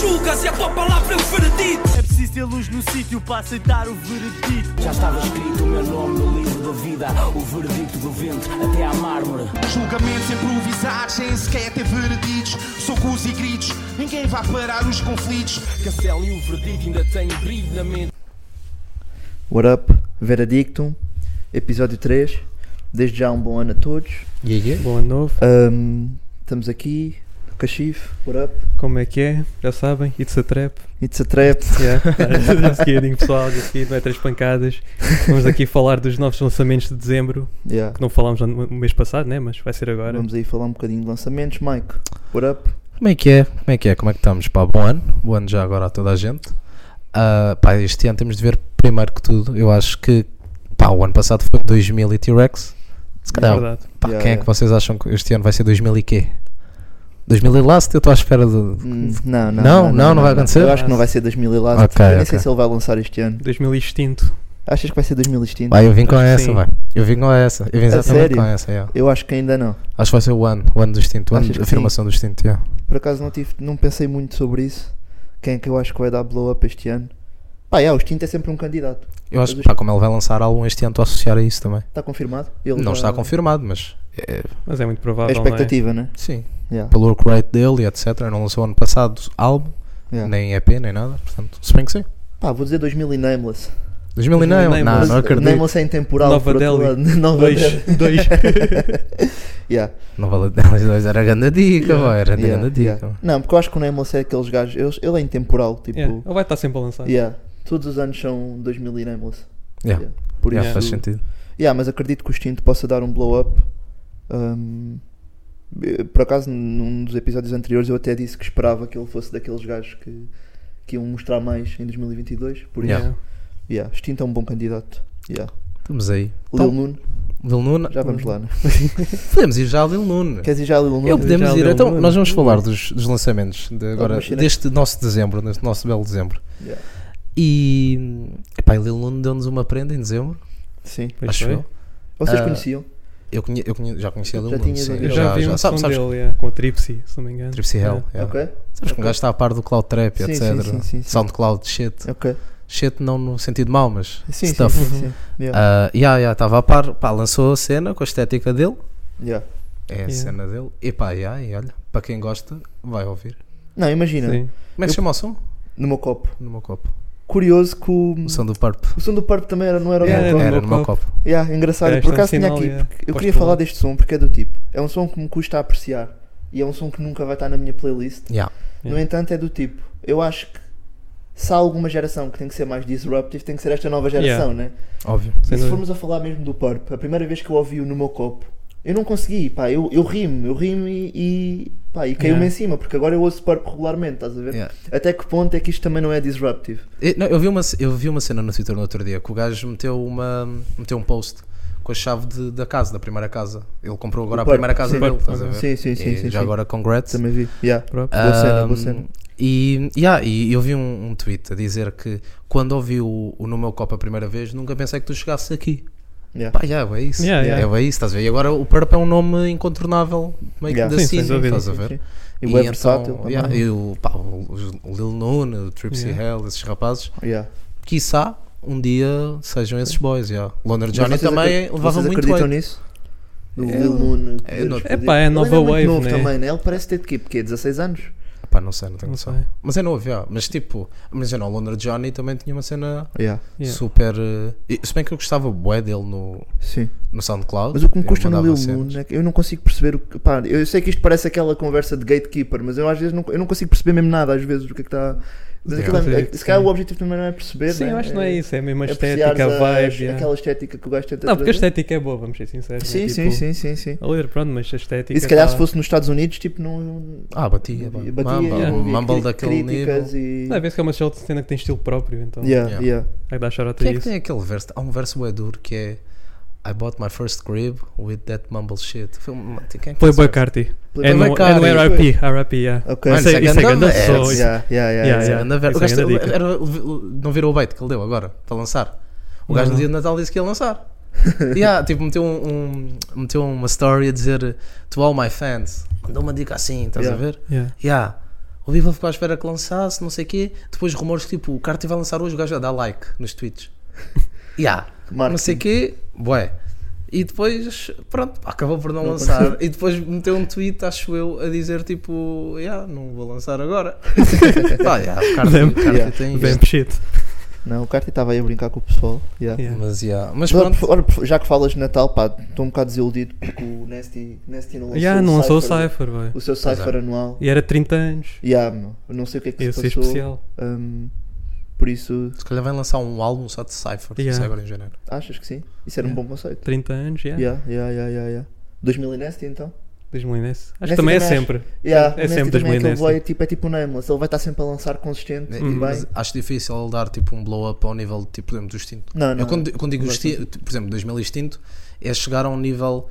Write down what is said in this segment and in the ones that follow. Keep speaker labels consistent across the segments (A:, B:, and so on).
A: julgas e a tua palavra é o veredito.
B: É preciso ter luz no sítio para aceitar o veredito.
C: Já estava escrito o meu nome no livro da vida, o veredito do vento até à mármore.
D: Julgamentos improvisados, sem sequer ter vereditos. Socos e gritos, ninguém vai parar os conflitos.
C: Castelo e o veredito ainda têm brilho na mente.
E: What up? Veredictum, episódio 3. Desde já um bom ano a todos.
F: Yeah, yeah. Bom ano novo,
E: Ahm, estamos aqui, Cachif, what up?
F: como é que é? Já sabem, it's a trap.
E: It's a trap.
F: Yeah. Tá, just kidding, pessoal, just kidding, não é três pancadas. Vamos aqui falar dos novos lançamentos de dezembro,
E: Yeah.
F: que não falámos no mês passado, né? mas vai ser agora.
E: Vamos aí falar um bocadinho de lançamentos. Mike, what up?
G: Como é que é? Como é que é? Como é que estamos? Pá, bom ano. Bom ano já agora a toda a gente. Ah, pá, este ano temos de ver primeiro que tudo. Eu acho que pá, o ano passado foi 2000 e T-Rex. Se
F: É
G: calhar,
F: verdade.
G: pá,
E: Yeah,
G: quem é
E: yeah.
G: que vocês acham que este ano vai ser 2000 e quê? 2000 e last? Eu estou à espera de.
E: Hum, Não, não,
G: Não, não, não vai acontecer?
E: Eu acho que não vai ser 2000 e lá.
G: Ok,
E: Eu nem
G: ok.
E: sei se ele vai lançar este ano.
F: 2000 e extinto.
E: Achas que vai ser 2000 este ano?
G: Vai, eu vim com
F: Acho que
G: essa,
F: sim.
G: vai. Eu vim com essa. Eu vim
E: A
G: exatamente
E: sério?
G: com essa. yeah.
E: Eu acho que ainda não.
G: Acho que vai ser o ano. O ano do instinto. O ano
E: Achas
G: de
E: que
G: afirmação do instinto. yeah.
E: Por acaso não, tive, não pensei muito sobre isso. Quem é que eu acho que vai dar blow up este ano? Pá, yeah, o Extinto é sempre um candidato.
G: Eu acho
E: Mas
G: que pá, como ele vai lançar álbum este ano, estou a associar a isso também.
E: Está confirmado? Ele
G: Não
E: já-
G: está confirmado, mas. é,
F: Mas é muito
E: É
F: provável.
E: expectativa, né?
G: sim.
E: Yeah,
G: pelo work rate dele e etc. Não lançou ano passado álbum,
E: yeah.
G: nem EP, nem nada. Portanto, se bem que sim.
E: Pá, vou dizer 2000 e Nameless.
G: 2000 e não,
F: 2009,
G: não,
F: mas-
G: não acredito.
E: Nameless é intemporal.
F: Nova
E: por outro
F: Delhi.
E: lado. Nova
F: Dois.
E: Delhi.
F: Dois.
E: yeah.
G: Não vale delas dois, era a grande dica, vai, era a
E: yeah,
G: grande
E: yeah.
G: dica.
E: Não, porque eu acho que o Nameless é aqueles gajos. eles- Ele é intemporal. Tipo,
F: não é? Yeah, Ele vai estar sempre a lançar.
E: yeah. todos os anos são 2000 e Nameless.
G: Yeah.
E: Yeah. Por
G: Yeah,
E: isso,
G: faz sentido.
E: Yeah, mas acredito que o Extinto possa dar um blow up. Um, eh, por acaso, num dos episódios anteriores, eu até disse que esperava que ele fosse daqueles gajos que, que iam mostrar mais em 2022. Por isso, yeah.
G: Yeah.
E: Extinto é um bom candidato. Yeah.
G: Estamos aí.
E: Lil
G: Então,
E: Nun,
G: Lil Nun.
E: já vamos lá. Né?
G: Podemos ir já a Lil Nun.
E: Queres ir já a Lil Nun?
G: Eu
F: já
G: podemos
F: a
G: ir.
F: Lil
G: Então,
F: Nun.
G: nós vamos falar dos, dos lançamentos de agora,
E: Algumas cenas.
G: deste nosso dezembro, deste nosso belo dezembro.
E: Yeah.
G: E. Epá, e Lil Nun deu-nos uma prenda em dezembro,
E: Sim.
F: Pois
G: acho
F: foi.
G: eu.
E: Vocês
G: Ah,
E: conheciam?
G: Eu, conhe- eu conhe- já conhecia Lil
E: Já
G: Nun.
E: tinhas
G: sim.
E: ouvido?
F: Eu já vi um som
G: sabes, sabes,
F: dele, yeah, com a Tripsy, se não me engano.
G: Tripsy Hell.
F: Yeah.
G: yeah.
E: Ok.
G: Sabes que um gajo está a par do cloud trap,
E: Sim,
G: etc.
E: sim, sim, sim, sim.
G: Soundcloud, shit.
E: Ok.
G: Shit não no sentido mau, mas
E: Sim, sim,
G: stuff.
E: sim, sim. Yeah.
G: Ah, yeah, yeah, estava a par, pá, lançou a cena com a estética dele.
E: Yeah.
G: É a
F: Yeah.
G: cena dele. E pá, yeah, e olha, para quem gosta, vai ouvir.
E: Não, imagina,
F: Sim.
G: Como é que se chama o som?
E: no meu copo.
G: No meu copo.
E: Curioso que o,
G: O som É, do Purp.
E: o som do Purp também era, não era o
F: Yeah,
E: meu
F: no
E: copo.
F: era.
G: Era
F: meu
G: no meu copo.
E: Yeah, engraçado,
F: Era
E: por acaso
F: este
E: tinha
F: sinal,
E: aqui.
F: yeah.
E: porque Eu
F: Posso
E: queria
F: falar.
E: falar deste som porque é do tipo. É um som que me custa a apreciar e é um som que nunca vai estar na minha playlist.
G: Yeah.
E: No
F: Yeah.
E: entanto, é do tipo. Eu acho que se há alguma geração que tem que ser mais disruptive, tem que ser esta nova geração, né?
G: Óbvio.
E: E
F: Sem
E: se
F: dúvida.
E: formos a falar mesmo do Purp, a primeira vez que eu ouvi-o no meu copo, eu não consegui, pá, eu, eu rimo, eu rimo e, e, pá, e caiu-me
F: Yeah.
E: em cima, porque agora eu ouço Purp regularmente, estás a ver?
G: É. Yeah.
E: Até que ponto é que isto também não é disruptive?
G: E, não, eu, vi uma, ce- eu vi uma cena no Twitter no outro dia que o gajo meteu, uma, meteu um post com a chave de- da casa, da primeira casa. Ele comprou agora
E: O
G: a
E: Purp,
G: primeira casa
E: sim.
G: dele, estás a ver?
E: Sim, sim, sim,
G: E
E: sim,
G: já
E: sim.
G: agora, congrats.
E: Também vi, yeah.
G: Ah,
F: Próprio.
E: Boa cena, boa
G: Ahm,
E: cena.
G: E, yeah, e eu vi um, um tweet a dizer que quando ouvi o, o No Meu Copo a primeira vez, nunca pensei que tu chegasses aqui.
E: Yeah.
G: Pá, yeah, é isso.
F: Yeah, yeah.
G: É bem isso, estás a ver? E agora o Purp é um nome incontornável, meio que
E: Yeah.
G: da
F: Sim, sem
G: cena,
F: dúvida.
G: estás a ver?
E: Sim, sim. E o é
G: então,
E: versátil também.
G: yeah, e o, pá, o, o Lil Nun, o Tripsy
F: Yeah.
G: Hell, esses rapazes,
E: Yeah.
G: quiçá um dia sejam esses boys, yeah. Loner Johnny
E: Mas vocês
G: também
E: acre-
G: levava
E: vocês
G: muito
E: acreditam
G: bem.
E: nisso? Do
G: É,
E: Lil Nun.
G: é no-
E: poderes
F: Epá,
E: fazer.
F: é
E: Ele
F: nova
E: ainda muito
F: wave,
E: novo
F: né?
E: também, né? Ele parece ter de quê? Porque 16 anos?
G: Pá, não sei, não tenho
F: Não
G: noção.
F: sei.
G: Mas é novo, yeah. mas tipo, mas eu não, o Loner Johnny também tinha uma cena
E: Yeah.
F: Yeah.
G: super. eh, e- se bem que eu gostava bué dele no,
E: Sim.
G: no SoundCloud.
E: Mas o que me
G: eu
E: custa no
G: mandava
E: Lil
G: cenas.
E: Moon é que eu não consigo perceber o que. Pá, eu sei que isto parece aquela conversa de gatekeeper, mas eu às vezes não, eu não consigo perceber mesmo nada, às vezes, do que é que está. Mas
G: Sim,
E: aquilo é-
F: acredito,
E: se calhar
F: sim.
E: o objetivo também não é perceber.
F: Sim,
E: né?
F: eu acho que não é isso, é mesmo a
E: apreciares
F: estética, a
E: as-
F: vibe. yeah.
E: Aquela estética que o gajo tenta
F: Não, porque a
E: trazer.
F: estética é boa, vamos ser sinceros.
E: Sim,
F: né?
E: sim,
F: Tipo,
E: sim, sim, sim.
F: A ler, pronto, mas a estética.
E: E se calhar
F: tá-
E: se fosse nos Estados Unidos, tipo, não.
G: Ah, batia,
E: batia,
G: batia Mumble,
E: não havia
G: Mumble
E: cri-
G: daquele
E: críticas
G: nível.
E: E...
F: Não, vê-se que é uma cena que tem estilo próprio, então.
E: Yeah,
G: Yeah.
E: yeah.
F: Vai dar shout out
G: Quem
F: a
G: é que
F: isso.
G: tem aquele verso? Há um verso bué duro que é I bought my first crib with that mumble shit. Foi um- Quem é que
F: Playboy
G: fez essa-
F: Carti. É
E: Playboy
F: no, é no
G: Carti.
F: RIP, RIP, yeah.
E: Ok.
G: Mano,
F: Isso é,
G: isso é
F: isso é
G: grande
F: grande
G: verso.
F: som, isso-
E: Yeah, yeah, yeah,
F: Yeah,
E: yeah.
G: Essa é a grande verso. O
F: Isso é
G: gajo
F: grande
G: era- era- não virou o bait que ele deu agora para lançar. O gajo no
F: Não.
G: dia de Natal disse que ia lançar. yeah, tipo, meteu, um, um- meteu uma story a dizer To all my fans. Mandou uma dica assim, estás
E: Yeah.
G: a ver?
F: Yeah.
G: Yeah. O Viva ficou à espera que lançasse, não sei o quê. Depois rumores tipo, o Carti vai lançar hoje, o gajo vai dar like nos tweets. Ya, não sei o quê, bué. E depois, pronto, pá, acabou por não lançar. E depois meteu um tweet, acho eu, a dizer tipo, ya, não vou lançar agora. Pá, ya, o Carti, o
F: Damn.
G: Carti
E: Yeah.
G: tem
F: Bem
G: isto.
F: shit.
E: Não, o Carti estava aí a brincar com o pessoal. yeah.
F: Yeah.
G: Mas, ya, mas
E: Mas,
G: pronto,
E: olha, olha, já que falas de Natal, pá, estou um bocado desiludido porque o Nasty, Nasty não lançou,
F: Yeah,
E: o,
F: não lançou o
E: cypher,
F: Cypher, boy.
E: o seu Cypher
G: é.
E: anual.
F: E era 30 anos.
E: Yeah, meu, eu não sei o que é que
F: Ia
E: se
F: ser
E: passou.
F: especial.
E: hum, por isso,
G: se calhar vai lançar um álbum só de Cypher,
F: Ya.
G: Cyber em janeiro.
E: achas que sim? Isso era um bom conceito.
F: 30 anos, yeah.
E: Yeah, yeah, yeah, yeah, yeah. 2000 e Nasty então?
F: 2010. Acho
E: Nessa
F: que também é
E: também
F: sempre.
E: Yeah,
F: É
E: Nasty
F: sempre
E: também é
F: 2000
E: aquele
F: Nasty.
E: boy, tipo, é tipo o Nameless, ele vai estar sempre a lançar consistente
G: É,
E: e
G: mas
E: bem.
G: acho difícil ele dar tipo um blow up ao nível tipo, por exemplo, do instinto.
E: Não, não.
G: eu quando, quando digo
E: Não vai
G: instinto, por exemplo, 2000 instinto, é chegar a um nível,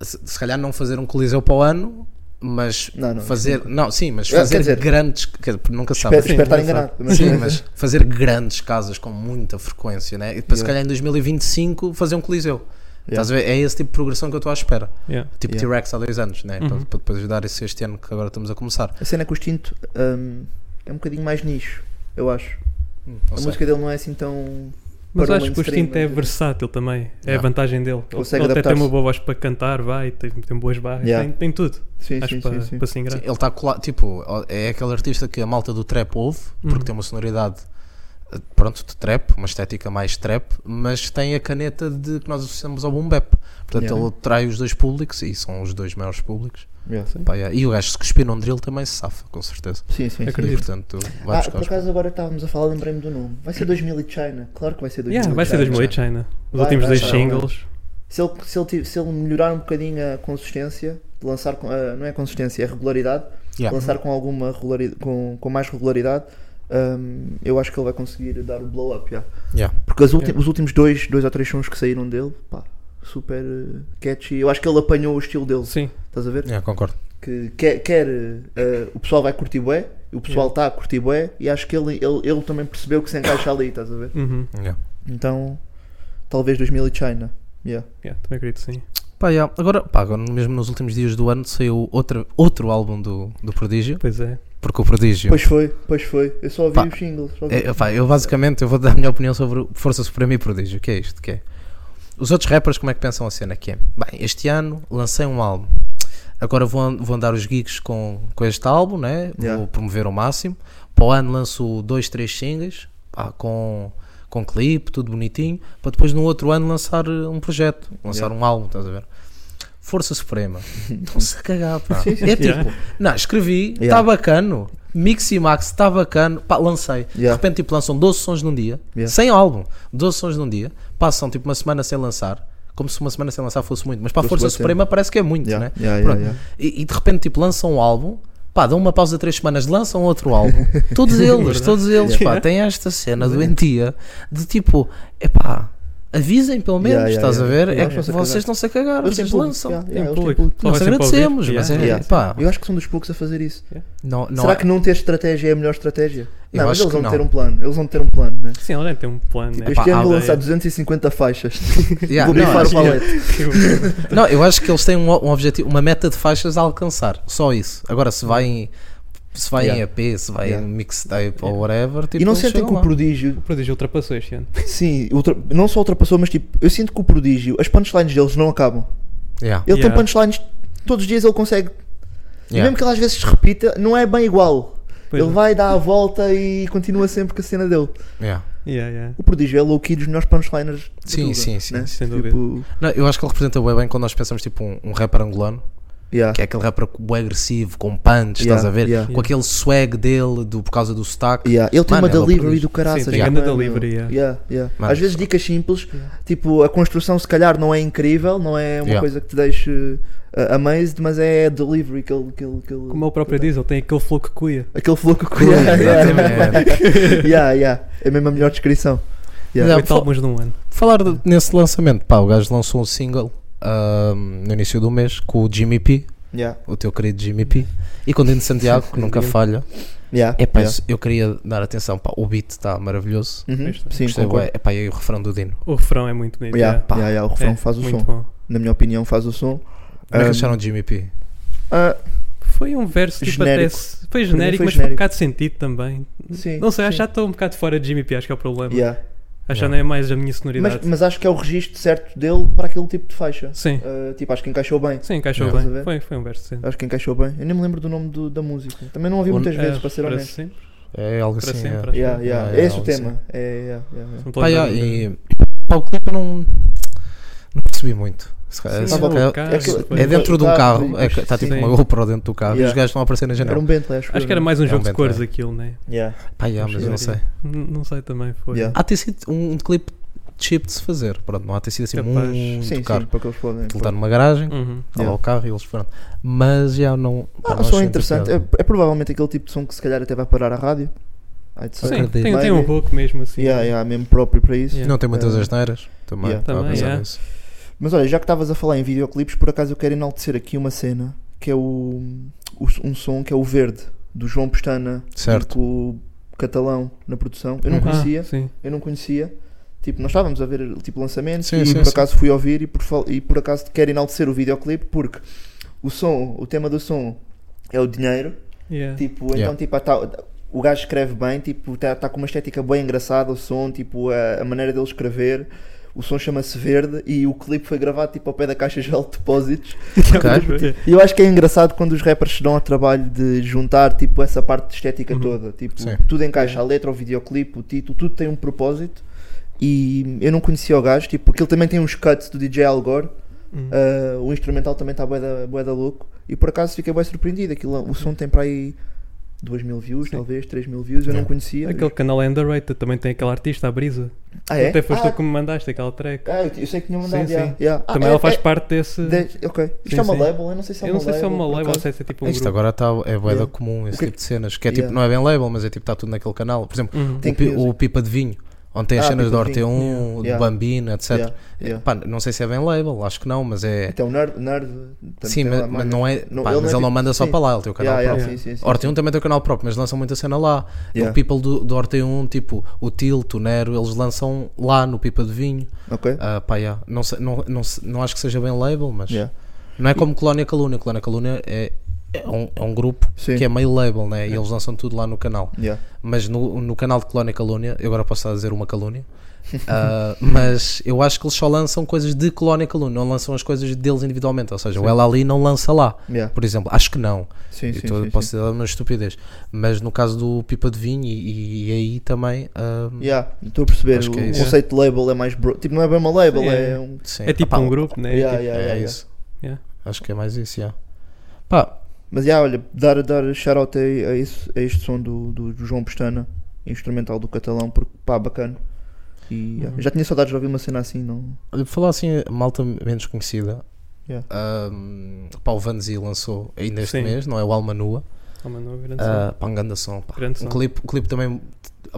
G: se, se calhar não fazer um coliseu para o ano, mas
E: Não, não,
G: fazer, não, sim, mas
E: Ah, quer
G: fazer
E: dizer,
G: grandes, quer dizer, nunca
E: espero,
G: sabes.
E: espero estar
F: não sabe.
E: tá enganado. mas-
G: Sim, mas fazer grandes casas com muita frequência, né? E depois, se calhar, em 2025, fazer um coliseu. Estás a ver? É esse tipo de progressão que eu estou à espera.
F: Yeah.
G: Tipo
E: Yeah. Uhum.
G: T-Rex há dois anos, né? Para, para depois dar esse este ano que agora estamos a começar.
E: A cena com o Extinto hum, é um bocadinho mais nicho, eu acho.
G: Não
E: a
G: sei.
E: música dele não é assim tão.
F: Mas
E: Para o
F: acho que o
E: mainstream,
F: instinto é
E: mas-
F: versátil também. É a
G: Yeah.
F: vantagem dele. Ele,
E: Consegue
F: ele até tem
E: adaptar-se.
F: uma boa voz para cantar, vai, tem, tem boas barras,
E: Yeah.
F: tem, tem tudo.
E: Sim,
F: acho
E: sim,
F: para,
E: sim, sim.
F: para se enganar.
G: Sim, ele está colado, tipo, é aquele artista que a malta do trap ouve, porque tem uma sonoridade, eh, pronto, de trap, uma estética mais trap, mas tem a caneta de que nós associamos ao boom bap. Portanto,
E: Yeah.
G: ele trai os dois públicos, e são os dois maiores públicos.
E: Yeah.
G: Pá, yeah. E o gajo, se cuspir num drill, também se safa, com certeza.
E: Sim, sim, sim.
G: E,
F: Acredito.
G: portanto, vai
E: Ah,
G: buscar
E: por
G: os
E: acaso agora estávamos a falar, lembrei-me do nome. Vai ser 2000 e China. Claro que vai ser 2000
F: Yeah,
E: é e
F: vai ser
E: China.
F: 2008 China. Os
E: Vai,
F: últimos
E: vai,
F: dois
E: vai,
F: singles.
E: Se ele, se, ele, ti- se ele melhorar um bocadinho a consistência, de lançar com, ah, não é consistência, é regularidade,
G: Yeah.
E: lançar com alguma regularidade, com, com mais regularidade, hum, eu acho que ele vai conseguir dar o blow up. yeah.
G: Yeah.
E: Porque as ulti- os últimos dois, dois ou três sons que saíram dele, pá, super eh, catchy. Eu acho que ele apanhou o estilo dele,
F: Sim.
E: estás a ver?
G: Yeah, concordo.
E: que quer, quer, eh, o pessoal vai curtir bué, o pessoal está a curtir bué e acho que ele, ele, ele também percebeu que se encaixa ali, estás a ver?
F: Uhum.
G: Yeah.
E: Então, talvez 2000 e China. Yeah.
F: Yeah, também acredito, sim.
G: Pá, yeah. Agora, pá, agora mesmo nos últimos dias do ano saiu outra, outro álbum do, do Prodígio,
F: Pois é.
G: porque o Prodígio
E: Pois foi, pois foi. Eu só ouvi
G: Pá,
E: os singles. Só ouvi.
G: É, pá, eu basicamente eu vou dar a minha opinião sobre o Força Suprema e Prodígio. O que é isto? Que é? Os outros rappers, como é que pensam a cena? Que é, bem, este ano lancei um álbum. Agora vou, an- vou andar os gigs com, com este álbum, né?
E: Yeah.
G: Vou promover ao máximo. Para o ano lanço dois, três singles pá, com, com clipe, tudo bonitinho. Para depois no outro ano lançar eh, um projeto, lançar um álbum, estás a ver? Força Suprema. Estão-se a cagar, pá. É tipo,
F: Yeah.
G: não, escrevi, está
E: Ah. Yeah.
G: bacano. Mix e Max, está bacano. Pá, lancei. De
E: Yeah.
G: repente, tipo, lançam 12 sons num dia,
E: Yeah.
G: sem álbum, 12 sons num dia, passam tipo uma semana sem lançar, como se uma semana sem lançar fosse muito, mas para a
E: Fosse
G: Força
E: bastante.
G: Suprema parece que é muito,
E: Yeah,
G: né?
E: yeah,
G: Pronto.
E: yeah,
G: E, e de repente, tipo, lançam um álbum, pá, dão uma pausa de 3 semanas, lançam outro álbum,
E: É
G: todos eles, todos eles, pá, têm esta cena doentia de tipo, epá. Avisem pelo menos,
E: Yeah, yeah,
G: estás
E: yeah.
G: a ver?
E: Yeah,
G: é que
E: eles estão-se a
G: vocês
E: cagar.
G: estão-se a cagar,
E: Eles
G: vocês
E: têm público,
G: tipo, lançam.
E: yeah,
F: Em
E: yeah, eles têm
F: público.
E: público.
G: Nós
F: Só sempre ouvir.
G: agradecemos, mas
F: Yeah.
G: é,
E: Yeah.
G: pá,
E: Eu acho que são dos poucos a fazer isso.
G: não, não
E: Será
G: é-
E: que não ter estratégia é a melhor estratégia?
G: Eu
E: não, mas
G: acho
E: eles
G: que
E: vão
G: não.
E: ter um plano. Eles vão ter um plano, né?
F: Sim, ela tem um plano.
E: Tipo,
F: né?
E: este
G: Epá,
E: ano vou
F: há
E: lançar
F: ideia.
E: 250 faixas.
G: Yeah,
E: vou
G: não, assim,
E: bifar o
G: acho-
E: palete.
G: Não, eu acho que eles têm um, um objetivo, uma meta de faixas a alcançar, só isso. Agora, se vai em, se vai
E: Yeah.
G: em EP, se vai
E: Yeah.
G: em mixtape ou whatever, tipo,
E: E não
G: eles
E: sentem
G: chegam
E: que o
G: lá.
E: prodígio
F: O prodígio ultrapassou este ano.
E: Sim, ultra- não só ultrapassou, mas tipo, eu sinto que o prodígio, as punchlines deles não acabam.
G: Yeah,
E: Ele
F: Yeah.
E: tem punchlines, todos os dias ele consegue. E
G: yeah.
E: Mesmo que ele às vezes repita, não é bem igual.
F: Pois
E: ele
F: é.
E: vai dar a volta e continua sempre com a cena dele.
G: yeah.
F: Yeah, yeah.
E: O prodígio é low-key dos melhores punchliners. de
G: Sim,
E: tudo,
G: sim, sim,
E: né?
F: sem
E: Tipo,
G: Não, eu acho que ele representa bem bem quando nós pensamos tipo um, um rapper angolano,
E: yeah.
G: que é aquele rapper bem agressivo, com punch, estás
E: Yeah,
G: a ver?
E: yeah.
G: Com aquele swag dele do, por causa do sotaque.
E: Yeah. Ele tem
G: Mano,
E: uma
G: ele é o
E: delivery
G: prodígio.
E: do caraças.
F: Sim, tem
E: mano.
F: grande delivery, yeah.
E: Yeah, yeah.
G: Mano.
E: Às vezes dicas simples, tipo, a construção se calhar não é incrível, não é uma
G: Yeah.
E: coisa que te deixe uh, amazed, mas é a delivery que ele. Que ele, que ele
F: Como é o próprio diz, ele tem aquele flow que cuia.
E: Aquele flow que
G: Yeah,
E: cuida.
G: exatamente.
E: yeah, yeah. É mesmo a melhor descrição. Yeah.
G: Não,
F: Oito
G: fal-
F: álbuns num ano.
G: Falar de- nesse lançamento, pá, o gajo lançou um single ahm, no início do mês com o Jimmy P,
E: Yeah.
G: o teu querido Jimmy P, e com o Dino Santiago, que nunca falha.
E: Yeah.
G: É pá,
E: yeah.
G: isso- eu queria dar atenção, pá, o beat está maravilhoso.
E: Uhum. Sim,
G: Gostei,
E: concordo.
G: bué. é pá, e aí o refrão do Dino.
F: O refrão é muito bonito.
E: Yeah,
F: yeah.
E: yeah, yeah, o refrão
F: É,
E: faz o
F: muito
E: som.
F: bom.
E: Na minha opinião, faz o som.
G: Como é que
E: Um,
G: acharam o Jimmy P?
E: Ah,
F: Foi um verso tipo
E: Genérico.
F: até. se- Foi genérico,
E: foi
F: mas foi um
E: genérico.
F: bocado de sentido também.
E: Sim,
F: não sei, acho
E: sim.
F: que já estou um bocado fora de Jimmy P, acho que é o problema.
E: Yeah.
F: Acho que já não é mais a minha sonoridade.
E: Mas, mas acho que é o registro certo dele para aquele tipo de faixa.
F: Sim.
E: Ah, tipo, acho que encaixou bem.
F: Sim, encaixou
E: Estás a
F: bem.
E: ver?
F: Foi, foi um verso decente.
E: Acho que encaixou bem. Eu nem me lembro do nome do- da música. Também não ouvi
G: O-
E: muitas
F: É,
E: vezes, para ser
F: para
E: honesto.
F: sempre,
G: É algo
F: para
G: assim. é.
F: sempre. acho
E: Yeah,
F: que-
E: yeah.
G: Ah,
E: É
G: é,
E: esse o
G: algo assim.
E: tema. É, yeah, yeah, yeah.
F: não estou a
G: Pá, yeah,
F: lembrar.
G: e, pá, o clipe eu não, não percebi muito. Se calhar-
F: Sim, um
G: se
E: tá bom.
G: calhar-
F: carro,
E: É aquilo-
F: depois-
G: é dentro de um
E: Tá,
G: carro,
E: mas-
G: está tipo
F: sim.
G: uma GoPro dentro do carro e os
E: Yeah.
G: gajos estão a aparecer na
E: Era
G: janela.
E: um Bentley, acho,
F: Acho que era mais um
G: É um
F: jogo de
G: Bentley.
F: cores aquilo, né?
E: Yeah.
G: Pá, yeah, mas eu não sei.
F: N- Não sei também, foi.
E: Yeah.
G: Há ter sido um, um clipe cheap de se fazer, pronto, não há ter sido assim
F: Capaz.
G: muito
E: Sim, sim,
G: caro. tá
E: para que eles podem.
G: Ele está numa garagem,
F: Uhum.
G: está lá
E: Yeah.
G: o carro e eles foram. Mas já não. pá,
E: Ah,
G: não
E: o som
G: achei
E: é interessante. É,
G: piada.
E: é provavelmente aquele tipo de som que se calhar até vai parar à rádio. I'd say.
F: Sim,
G: acredito.
F: tem, tem um
E: Bem,
F: pouco mesmo assim.
E: Yeah, yeah, mesmo próprio para isso.
F: Yeah.
G: Não tem muitas
E: É.
G: asneiras também.
E: Yeah.
G: estava a
F: Também, é.
G: pensar
F: yeah.
G: nisso.
E: Mas olha, já que estavas a falar em videoclipes, por acaso eu quero enaltecer aqui uma cena que é o, o- um som que é o verde, do João Pestana
G: Certo.
E: e com o Catalão na produção. Eu não
G: Uhum.
F: Ah,
E: conhecia,
F: sim.
E: eu não conhecia. Tipo, nós estávamos a ver tipo lançamentos
G: Sim,
E: e
G: sim,
E: por
G: sim.
E: acaso fui ouvir e por, fal- e por acaso quero enaltecer o videoclipe porque o som, o tema do som é o dinheiro.
F: Yeah.
E: Tipo,
G: Yeah.
E: então tipo, ah, tá- o gajo escreve bem, tipo, está tá com uma estética bem engraçada, o som, tipo, a, a maneira dele escrever. O som chama-se Verde e o clipe foi gravado tipo ao pé da caixa geral de depósitos.
G: Ok.
F: tipo.
E: E eu acho que é engraçado quando os rappers se dão ao trabalho de juntar tipo essa parte de estética
F: Uhum.
E: toda, tipo,
G: Sim.
E: tudo encaixa, a letra, o videoclipe, o título, tudo tem um propósito. E eu não conhecia o gajo, tipo, porque ele também tem uns cuts do DJ Al Gore,
F: Uhum.
E: Uh, o instrumental também está bué da, bué da louco e por acaso fiquei bem surpreendido. Aquilo, o som tem para aí 2 mil views,
F: Sim.
E: talvez 3 mil views. Eu não conhecia.
F: Aquele canal é underrated, também tem aquele artista, a Brisa.
E: ah, é?
F: Até foste
E: ah,
F: tu que me mandaste aquela track.
E: ah, eu- eu sei que tinha mandado.
F: Sim,
E: yeah,
F: sim.
E: yeah. Ah,
F: também
E: é-
F: ela faz
E: é-
F: parte desse.
E: de- ok. Isto
F: Sim,
E: é uma
F: sim.
E: label, eu não sei se é
F: eu
E: uma
F: não sei se é uma
E: por
F: label ou
E: acaso.
F: se é tipo um
G: Isto
F: grupo.
G: agora tá, é boeda
E: Yeah.
G: comum, esse
E: O que-
G: tipo de cenas, que é
E: Yeah.
G: tipo, não é bem label, mas é tipo, está tudo naquele canal. Por exemplo,
F: Uhum.
E: Tem
G: o, pi-
E: que-
G: o Pipa de Vinho, onde tem as
E: Ah,
G: cenas da
E: Pipa de Vinho.
G: Orteon, do
E: Yeah.
G: Bambina, etc.
E: Yeah, yeah.
G: Pá, não sei se é bem label, acho que não, mas é.
E: Então, Nerd. nerd também
G: Sim,
E: tem
G: mas,
E: lá
G: mas
E: mais-
G: não é. pá, mas ele
E: tipo-
G: não manda só
E: sim.
G: para lá, ele tem o canal
E: Yeah, yeah,
G: próprio.
E: sim, sim, sim,
G: Orte 1 também tem o canal próprio, mas lançam muita cena lá.
E: Yeah.
G: O People do, do Orte 1, tipo o Tilt, o Nero, eles lançam lá no Pipa de Vinho.
E: Ok.
G: Ah, pá, yeah. não, sei- não, não, sei- não acho que seja bem label, mas
E: Yeah.
G: não é como Colónia Calúnia. Colónia Calúnia é, é, um, é um grupo
E: Sim.
G: que é meio label, né? E eles lançam tudo lá no canal.
E: Yeah.
G: Mas no, no canal de Colónia Calúnia, eu agora posso estar a dizer uma calúnia, ah, mas eu acho que eles só lançam coisas de Colónia Calúnia, não lançam as coisas deles individualmente. Ou seja, o Ela Ali não lança lá,
E: Yeah.
G: por exemplo. Acho que não.
E: Sim,
G: eu
E: sim,
G: tô-
E: sim,
G: posso
E: sim.
G: dar uma estupidez. Mas no caso do Pipa de Vinho e, e aí também. ah,
E: Yeah, Estou a perceber.
G: Acho que é
E: o
G: isso.
E: conceito de label é mais. bro- Tipo, não é bem uma label,
F: Sim, é.
E: é um.
G: sim.
F: É tipo
G: Ah, pá,
F: um grupo, né?
E: Yeah,
F: Tipo-
E: yeah,
G: é
E: yeah, yeah.
G: isso.
F: Yeah.
G: Acho que é mais isso, yeah. Pá,
E: Mas já, olha, dar, dar shout-out a, a esse- a este som do, do João Pestana, instrumental do catalão, porque pá, bacana. E já,
F: Uhum.
E: já tinha saudades de ouvir uma cena assim, não?
G: olha, por falar assim, malta menos conhecida.
E: Yeah.
G: ahm, pá, o Vanzi lançou ainda este
F: Sim.
G: mês, não é? O Alma Nua.
F: Oh, mano, não é grande som.
G: Ah, pá, um grande som. Pá.
F: Grande
G: Um
F: som.
G: clipe, o clipe também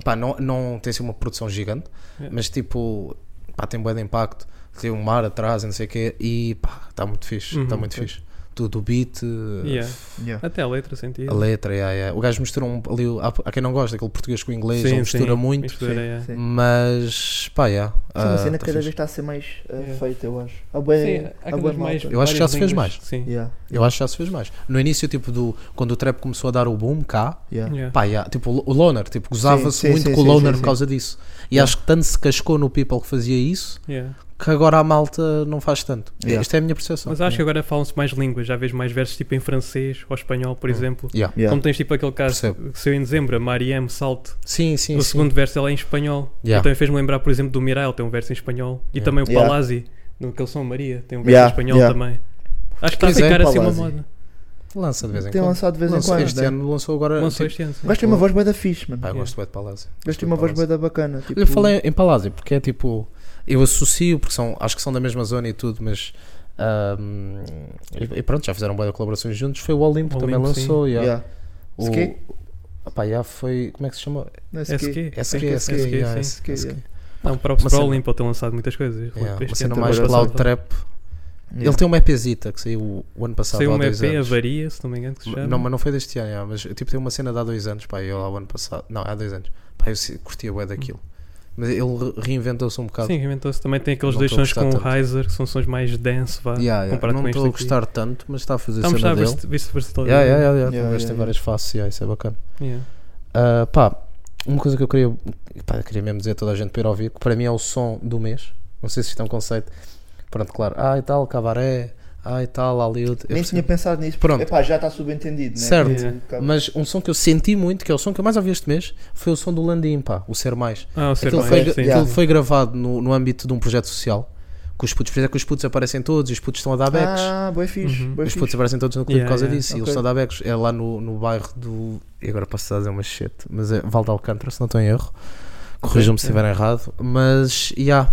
G: pá, não, não tem assim uma produção gigante,
F: Yeah.
G: mas tipo, pá, tem um de impacto. Tem um mar atrás, e não sei o quê, e pá, está muito fixe.
F: Uhum,
G: Está muito
F: ok.
G: fixe. Tudo o beat,
F: Yeah.
E: Yeah.
F: Até a letra sentido.
G: a letra, yeah, yeah. o gajo mistura um, ali, o- há, há quem não gosta, aquele português com o inglês, ele mistura muito,
F: Mistura, yeah.
E: sim.
G: mas pá, yeah,
E: Isso é uma
G: ah, tá
E: cena que cada
G: fixe.
E: vez está a ser mais uh,
F: Yeah.
E: feita, eu acho. Há bem,
F: Sim, há
E: há
F: cada
E: bué
F: vez mais
E: malta.
G: Eu acho que já se fez
F: várias
G: mais.
F: línguas. Sim.
E: Yeah,
G: Eu acho que já se fez mais. No início, tipo, do, quando o trap começou a dar o boom cá,
E: yeah.
F: Yeah.
G: pá, yeah, tipo, o o loner, tipo, gozava-se
E: sim,
G: muito
E: sim,
G: com o
E: sim,
G: loner
E: sim,
G: por
E: sim.
G: causa disso. E acho que tanto se cascou no people que fazia isso,
F: Yeah.
G: que agora a malta não faz tanto.
E: Yeah.
G: Esta é a minha percepção.
F: Mas acho que agora falam-se mais línguas, já vês mais versos tipo em francês ou espanhol, por exemplo.
G: Yeah.
E: Yeah.
F: Como tens tipo aquele caso
G: Hum. Percebo.
F: que saiu em dezembro, a Mariam Salto.
G: Sim, sim,
F: o
G: sim.
F: segundo verso ela é em espanhol.
G: Yeah.
F: E também fez-me lembrar, por exemplo, do Mirael, tem um verso em espanhol. E
G: Yeah.
F: também o
E: Yeah.
F: Palazzi, no que São Maria, tem um verso
E: Yeah,
F: em espanhol
E: yeah.
F: também. Acho que está a
G: Pois é,
F: ficar assim uma
E: Palazzi.
F: moda.
G: Lança de vez em
E: Tem
G: quando.
E: lançado de vez em
G: Lança-
E: quando.
G: Este
E: né?
G: ano Ah, lançou agora.
F: Lançou
G: tipo,
F: este ano. sim.
E: O gajo tem uma voz bem da fixe, mano.
G: Pá, eu
F: Yeah.
G: gosto bué de Palazzi.
E: O gajo tem
G: Gosto bué
E: uma
G: de
E: voz
G: Palazzi.
E: bem da bacana. Tipo,
G: Eu falei em Palazzi porque é tipo. Eu associo, porque são, acho que são da mesma zona e tudo, mas. ahm, e, e pronto, já fizeram boas colaborações juntos. Foi o Olimpo,
F: O
G: também
F: Olimpo,
G: lançou.
E: Yeah.
G: Yeah. O,
E: SK?
G: Opá, yeah, foi. Como é que se chama?
E: Não é
F: SQ.
G: SQ,
F: É
G: SQ,
F: SQ,
G: yeah,
F: sim.
G: SQ,
E: SQ,
F: Não, o próprio
G: Uma cena-
F: Pro Limpo tem lançado muitas coisas.
G: Yeah, É, uma
F: Este
G: cena
F: ano
G: mais
F: também
G: cloud
F: lançou.
G: trap.
E: Yeah.
G: Ele tem uma EPzita que saiu o ano passado,
F: Saiu
G: há
F: uma
G: dois
F: EP,
G: anos.
F: Avaria, se não me engano, que se chama.
G: Não, mas não foi deste ano, yeah, mas tipo tem uma cena de há dois anos, pá, eu lá o ano passado. Não, há dois anos. Pá, eu se- curtia bué daquilo. Mas ele re- reinventou-se um bocado.
F: Sim, inventou-se. Também tem aqueles
G: Não
F: dois
G: estou a
F: sons com
G: gostar
F: o Heiser, que são sons mais dance, vá.
G: Yeah, yeah.
F: comparado
G: Não
F: com este
G: estou a
F: aqui.
G: gostar tanto, mas está a fazer
F: Estamos já
G: cena
F: a
G: dele.
F: ver- ver se
G: Yeah,
F: versatilidade.
G: yeah, yeah, yeah.
E: Yeah,
G: Mas tem
E: yeah, yeah.
G: várias faces, yeah, isso é bacana.
F: Yeah.
G: Ah, pá, uma coisa que eu queria, pá, eu queria mesmo dizer a toda a gente para ir ouvir, que para mim é o som do mês. Não sei se isto é um conceito. Pronto, claro. Ah, e tal, cabaré. Ah, e tal, Hollywood. Eu
E: Nem
G: percebo.
E: tinha pensado nisso.
G: Pronto.
E: Epá, já está subentendido, né?
G: Certo.
E: Que- que-
G: Mas um som que eu senti muito, que é o som que eu mais ouvi este mês, foi o som do Landim, pá, o Ser Mais.
F: Ah, o ser
G: Aquilo,
F: mais,
G: foi,
F: sim,
G: aquilo
F: yeah.
G: foi gravado no, no âmbito de um projeto social. Com os putos, por isso é que os putos aparecem todos, e os putos estão a dar becos.
E: Ah, boi fixe.
F: Uhum.
E: bué
G: os
E: fixe.
G: putos aparecem todos no clube
F: Yeah,
G: por causa
F: yeah,
G: disso. E eles
E: ok.
G: estão a dar becos. É lá no, no bairro do. E agora posso a dizer uma shit, mas é Val de Alcântara, se não estou em erro. Corrijam-me se estiver errado. Mas, já.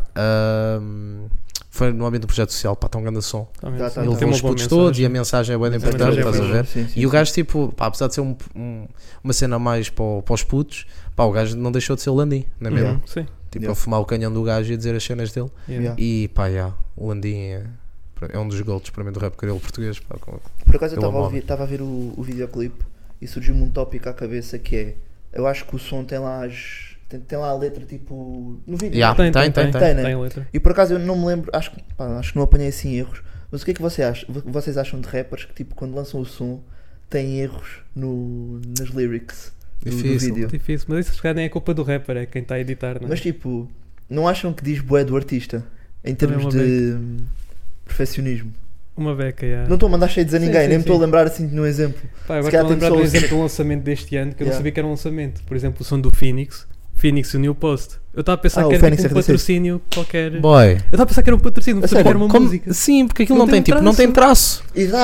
G: foi no âmbito do projeto social, pá, tão grande som.
F: Totalmente.
E: Tá, tá,
G: Ele
E: tá.
G: levou
F: uma
G: os
F: boa
G: putos
F: mensagem.
G: todos e a mensagem é bem
F: Mensagem
G: importante,
F: é
G: estás a
F: boa.
G: ver?
E: Sim, sim,
G: E o gajo, tipo, pá, apesar de ser um- um- uma cena mais para, o- para os putos, pá, o gajo não deixou de ser o Landim, não é mesmo?
F: Uhum, Sim.
G: Tipo,
E: Yeah.
G: a fumar o canhão do gajo e a dizer as cenas dele.
F: Yeah.
E: Yeah.
G: E pá, já, o Landim é, é um dos golpes para mim do rap carelo português. Pá, com-
E: Por acaso eu
G: Eu
E: estava a,
G: amava.
E: ouvir- tava a ver o, o videoclipe e surgiu-me um tópico à cabeça que é eu acho que o som tem lá as. tem, tem lá a letra tipo. no vídeo.
G: Yeah.
F: Tem, tem,
G: Tem,
F: tem.
G: tem,
E: tem, né?
F: Tem letra.
E: E por acaso eu não me lembro, acho que pá, acho que não apanhei assim erros, mas o que é que você acha- vo- vocês acham de rappers que tipo quando lançam o som têm erros no, nas lyrics do, do
G: Difícil.
E: vídeo?
F: Difícil, mas isso se calhar nem é culpa do rapper, é quem está a editar, não é?
E: Mas tipo, não acham que diz bué do artista em
F: Também é
E: termos
F: uma
E: de hum, perfeccionismo?
F: Uma beca, yeah.
E: Não estou a mandar cheio de a
F: Sim,
E: ninguém,
F: sim,
E: nem me estou a
F: sim.
E: lembrar assim de um exemplo.
F: Pá, agora estou
E: calhar
F: a lembrar do
E: temos só os-
F: exemplo do lançamento deste ano que eu
E: Yeah.
F: não sabia que era um lançamento. Por exemplo, o som do Phoenix, Phoenix e o New Post. Eu estava a pensar
E: Ah, o
F: que era
E: Phoenix
F: tipo, um
E: RDC.
F: patrocínio qualquer. Eu
G: Boy.
F: estava a pensar que era um patrocínio, não sabia que era uma
G: Como-
F: música.
G: Sim, porque aquilo
F: Não
G: não,
F: tem
G: tem, tipo, não
F: traço.
G: tem traço.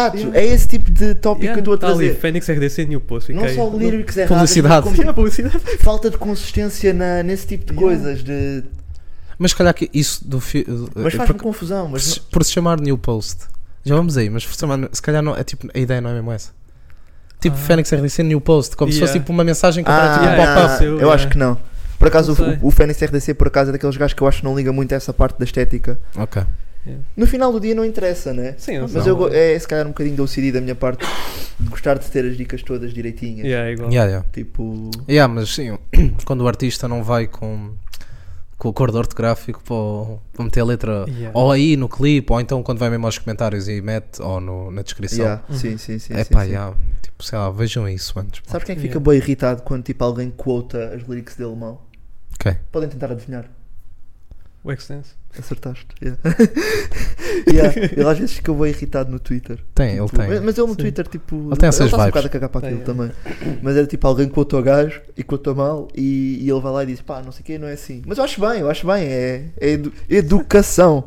E: Exato, é esse tipo de tópico que eu estou a
F: tá ali,
E: trazer.
F: Phoenix RDC e New Post.
E: Não
F: fiquei-
E: só lyrics erradas,
G: Publicidade.
E: mas como- falta de consistência na- nesse tipo de coisas. De,
G: Mas se calhar que isso do fi-
E: mas
G: eh,
E: faz-me
G: por,
E: confusão.
G: por
E: Mas
G: se- por se chamar New Post. Já vamos aí, mas por se chamar- se calhar não, é tipo, a ideia não é mesmo essa. Tipo
F: Ah.
G: Fênix RDC New Post, como se
F: Yeah.
G: fosse tipo uma mensagem que
E: Ah,
G: aparece tipo
F: yeah,
G: um pop-up.
F: pop-up.
E: eu acho que não. Por acaso,
F: Não sei.
E: o, o Fênix RDC, por acaso, é daqueles gajos que eu acho que não liga muito a essa parte da estética.
G: Ok.
E: No final do dia não interessa, né?
F: Sim,
E: Mas
F: não.
E: eu, go- é se calhar um bocadinho da OCD da minha parte de gostar de ter as dicas todas direitinhas.
F: Yeah, é igual.
G: Yeah, yeah.
E: Tipo.
G: Yeah, mas sim, quando o artista não vai com, com o acordo ortográfico para, o- para meter a letra
F: Yeah.
G: ou aí no clipe, ou então quando vai mesmo aos comentários e mete, ou no- na descrição.
E: yeah,
F: Uhum.
E: Sim, sim, sim.
G: é
E: sim,
G: pá,
E: sim.
G: yeah, tipo, sei lá, vejam isso antes. pá.
E: Sabes quem é que fica
F: Yeah.
E: bem irritado quando tipo, alguém quota as lyrics dele mal?
G: Quem?
E: Podem tentar adivinhar.
F: O Extense.
E: Acertaste. Yeah. Yeah, Ele às vezes fica bem irritado no Twitter.
G: Tem, ele
E: Tipo,
G: tem.
E: mas- Mas ele no
F: Sim.
E: Twitter, tipo.
G: Ele tem essas
E: tá-se um
G: vibes.
E: bocado a cagar para
F: Tem,
E: aquilo
F: é.
E: também. Mas era tipo alguém que contou o gajo e contou mal e, e ele vai lá e diz: pá, não sei o que, não é assim. Mas eu acho bem, eu acho bem. É, é edu- educação.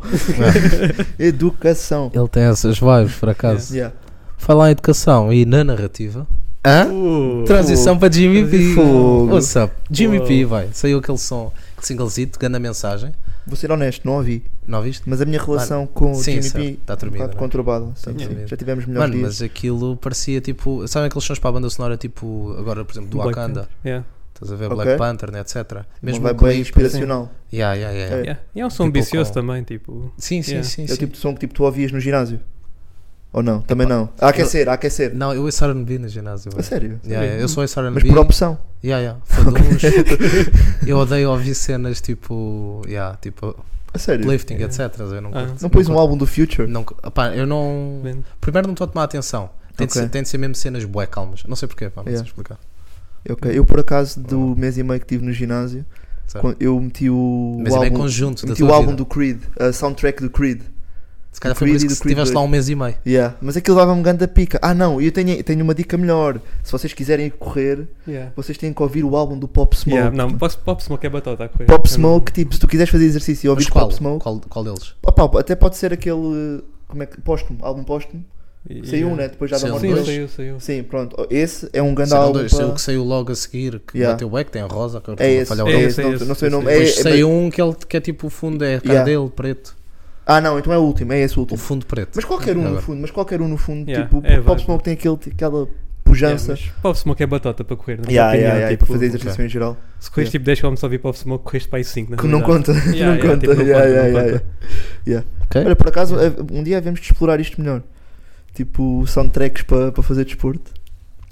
E: educação.
G: Ele tem essas vibes, por acaso.
E: Yeah.
G: Falar em educação e na narrativa. Hã?
F: Uh,
G: Transição para Jimmy P.
E: Fogo.
G: What's up? Jimmy P,
F: Fogo.
G: vai. Saiu aquele som, que singlezito, ganha mensagem.
E: Vou ser honesto, não ouvi.
G: Não ouviste?
E: Mas a minha relação com o
G: sim,
E: Jimmy
G: certo.
E: P
G: Tá
E: um
G: dormida,
E: bocado
G: né?
E: conturbada. Sim, sim.
G: dormida.
E: Já tivemos melhores
G: Mano,
E: dias.
G: mas aquilo parecia tipo. Sabem aqueles sons para a banda sonora, tipo, agora, por exemplo, do
F: Black
G: Wakanda?
F: Panther. Yeah.
G: Estás a ver?
E: Ok.
G: Black Panther, né, etc.
E: Mesmo
G: Mesmo
E: vai
G: o
E: bem
G: clipe. assim,
E: inspiracional.
G: Yeah, yeah, yeah.
E: É.
F: Yeah. E é um som
G: Tipo
F: ambicioso
G: com-
F: também, tipo.
G: Sim, sim,
F: Yeah.
G: sim.
E: É
G: sim.
E: o tipo de som que tipo, tu ouvias no ginásio? Ou não? Também não. A aquecer, a aquecer.
G: Não, eu ouço RB no ginásio.
E: A
G: velho.
E: sério.
G: Yeah, um yeah, eu sou esse RB.
E: Mas por opção.
G: Yeah, yeah. Fadons. eu odeio ouvir cenas tipo. Yeah, tipo
E: A sério.
G: lifting,
F: Yeah.
G: etc. Eu não,
F: Ah.
G: curto.
E: É. Não pôs um
G: curto.
E: álbum do Future?
G: Não cu- opá, eu não.
F: Bem,
G: Primeiro não estou a tomar atenção. Tem, de
E: Ok.
G: ser, tem de ser mesmo cenas bué calmas. Não sei porquê, pá, não
E: Yeah.
G: sei explicar.
E: Ok, eu por acaso do mês e meio que tive no ginásio,
G: Certo.
E: quando eu meti o,
G: Mas
E: o
G: é bem
E: álbum,
G: conjunto da
E: meti o
G: tua
E: álbum
G: vida.
E: do Creed, a soundtrack do Creed.
G: Se calhar
E: do
G: foi por
E: Creed
G: isso
E: e
G: que
E: do
G: se
E: Creed
G: tiveste lá um mês e meio.
E: Yeah. Mas aquilo dava-me ganda pica. Ah não, eu tenho, tenho uma dica melhor. Se vocês quiserem correr,
F: yeah.
E: vocês têm que ouvir o álbum do Pop Smoke.
F: Yeah, Não, Pop Pop Smoke é batota a correr.
E: Pop Smoke, tipo, se tu quiseres fazer exercício e
G: Mas
E: ouvir
G: qual?
E: Pop Smoke,
G: Qual, qual deles?
E: Opa, até pode ser aquele como é que, póstumo, álbum póstumo. Saiu um, né? Depois já dá
G: Saiu
E: uma
G: um.
F: Sim,
E: dois.
F: saiu, saiu.
E: Sim, pronto. Esse é um grande
G: Serão
E: álbum.
G: dois. Saiu o
E: pra-
G: que saiu logo a seguir, que
E: Yeah.
G: bateu o que tem a rosa, que eu
E: É
G: estou a
E: esse,
G: falhar o
E: é
G: nome.
E: esse,
F: É
E: não,
F: esse,
E: não sei o
F: esse.
E: nome. É,
G: Depois
E: é-
G: saiu um que, ele, que é tipo o fundo, é a cara
E: Yeah.
G: dele, preto.
E: Ah não, então é o último, é esse o
G: O
E: último.
G: fundo preto.
E: Mas qualquer um no
G: Agora.
E: fundo, mas qualquer um no fundo,
F: Yeah,
E: tipo,
F: é
E: o Pop
F: verdade.
E: Smoke tem aquele, aquela
F: Yeah,
E: pujança.
F: mas Pop Smoke é batota para correr, na minha
E: Yeah, yeah,
F: opinião,
E: yeah,
F: tipo,
E: para fazer exercício em geral.
F: Se corres
E: Yeah.
F: tipo 10 km só vi Pop Smoke, correste para aí 5, na
E: Que não
F: realidade.
E: conta,
F: Yeah,
E: não
F: yeah,
E: conta.
F: tipo, não
E: Yeah,
F: conta,
E: yeah,
F: não
E: yeah, yeah.
G: Ok.
E: Olha, por acaso, eh, um dia havemos de explorar isto melhor. Tipo, soundtracks para para fazer desporto.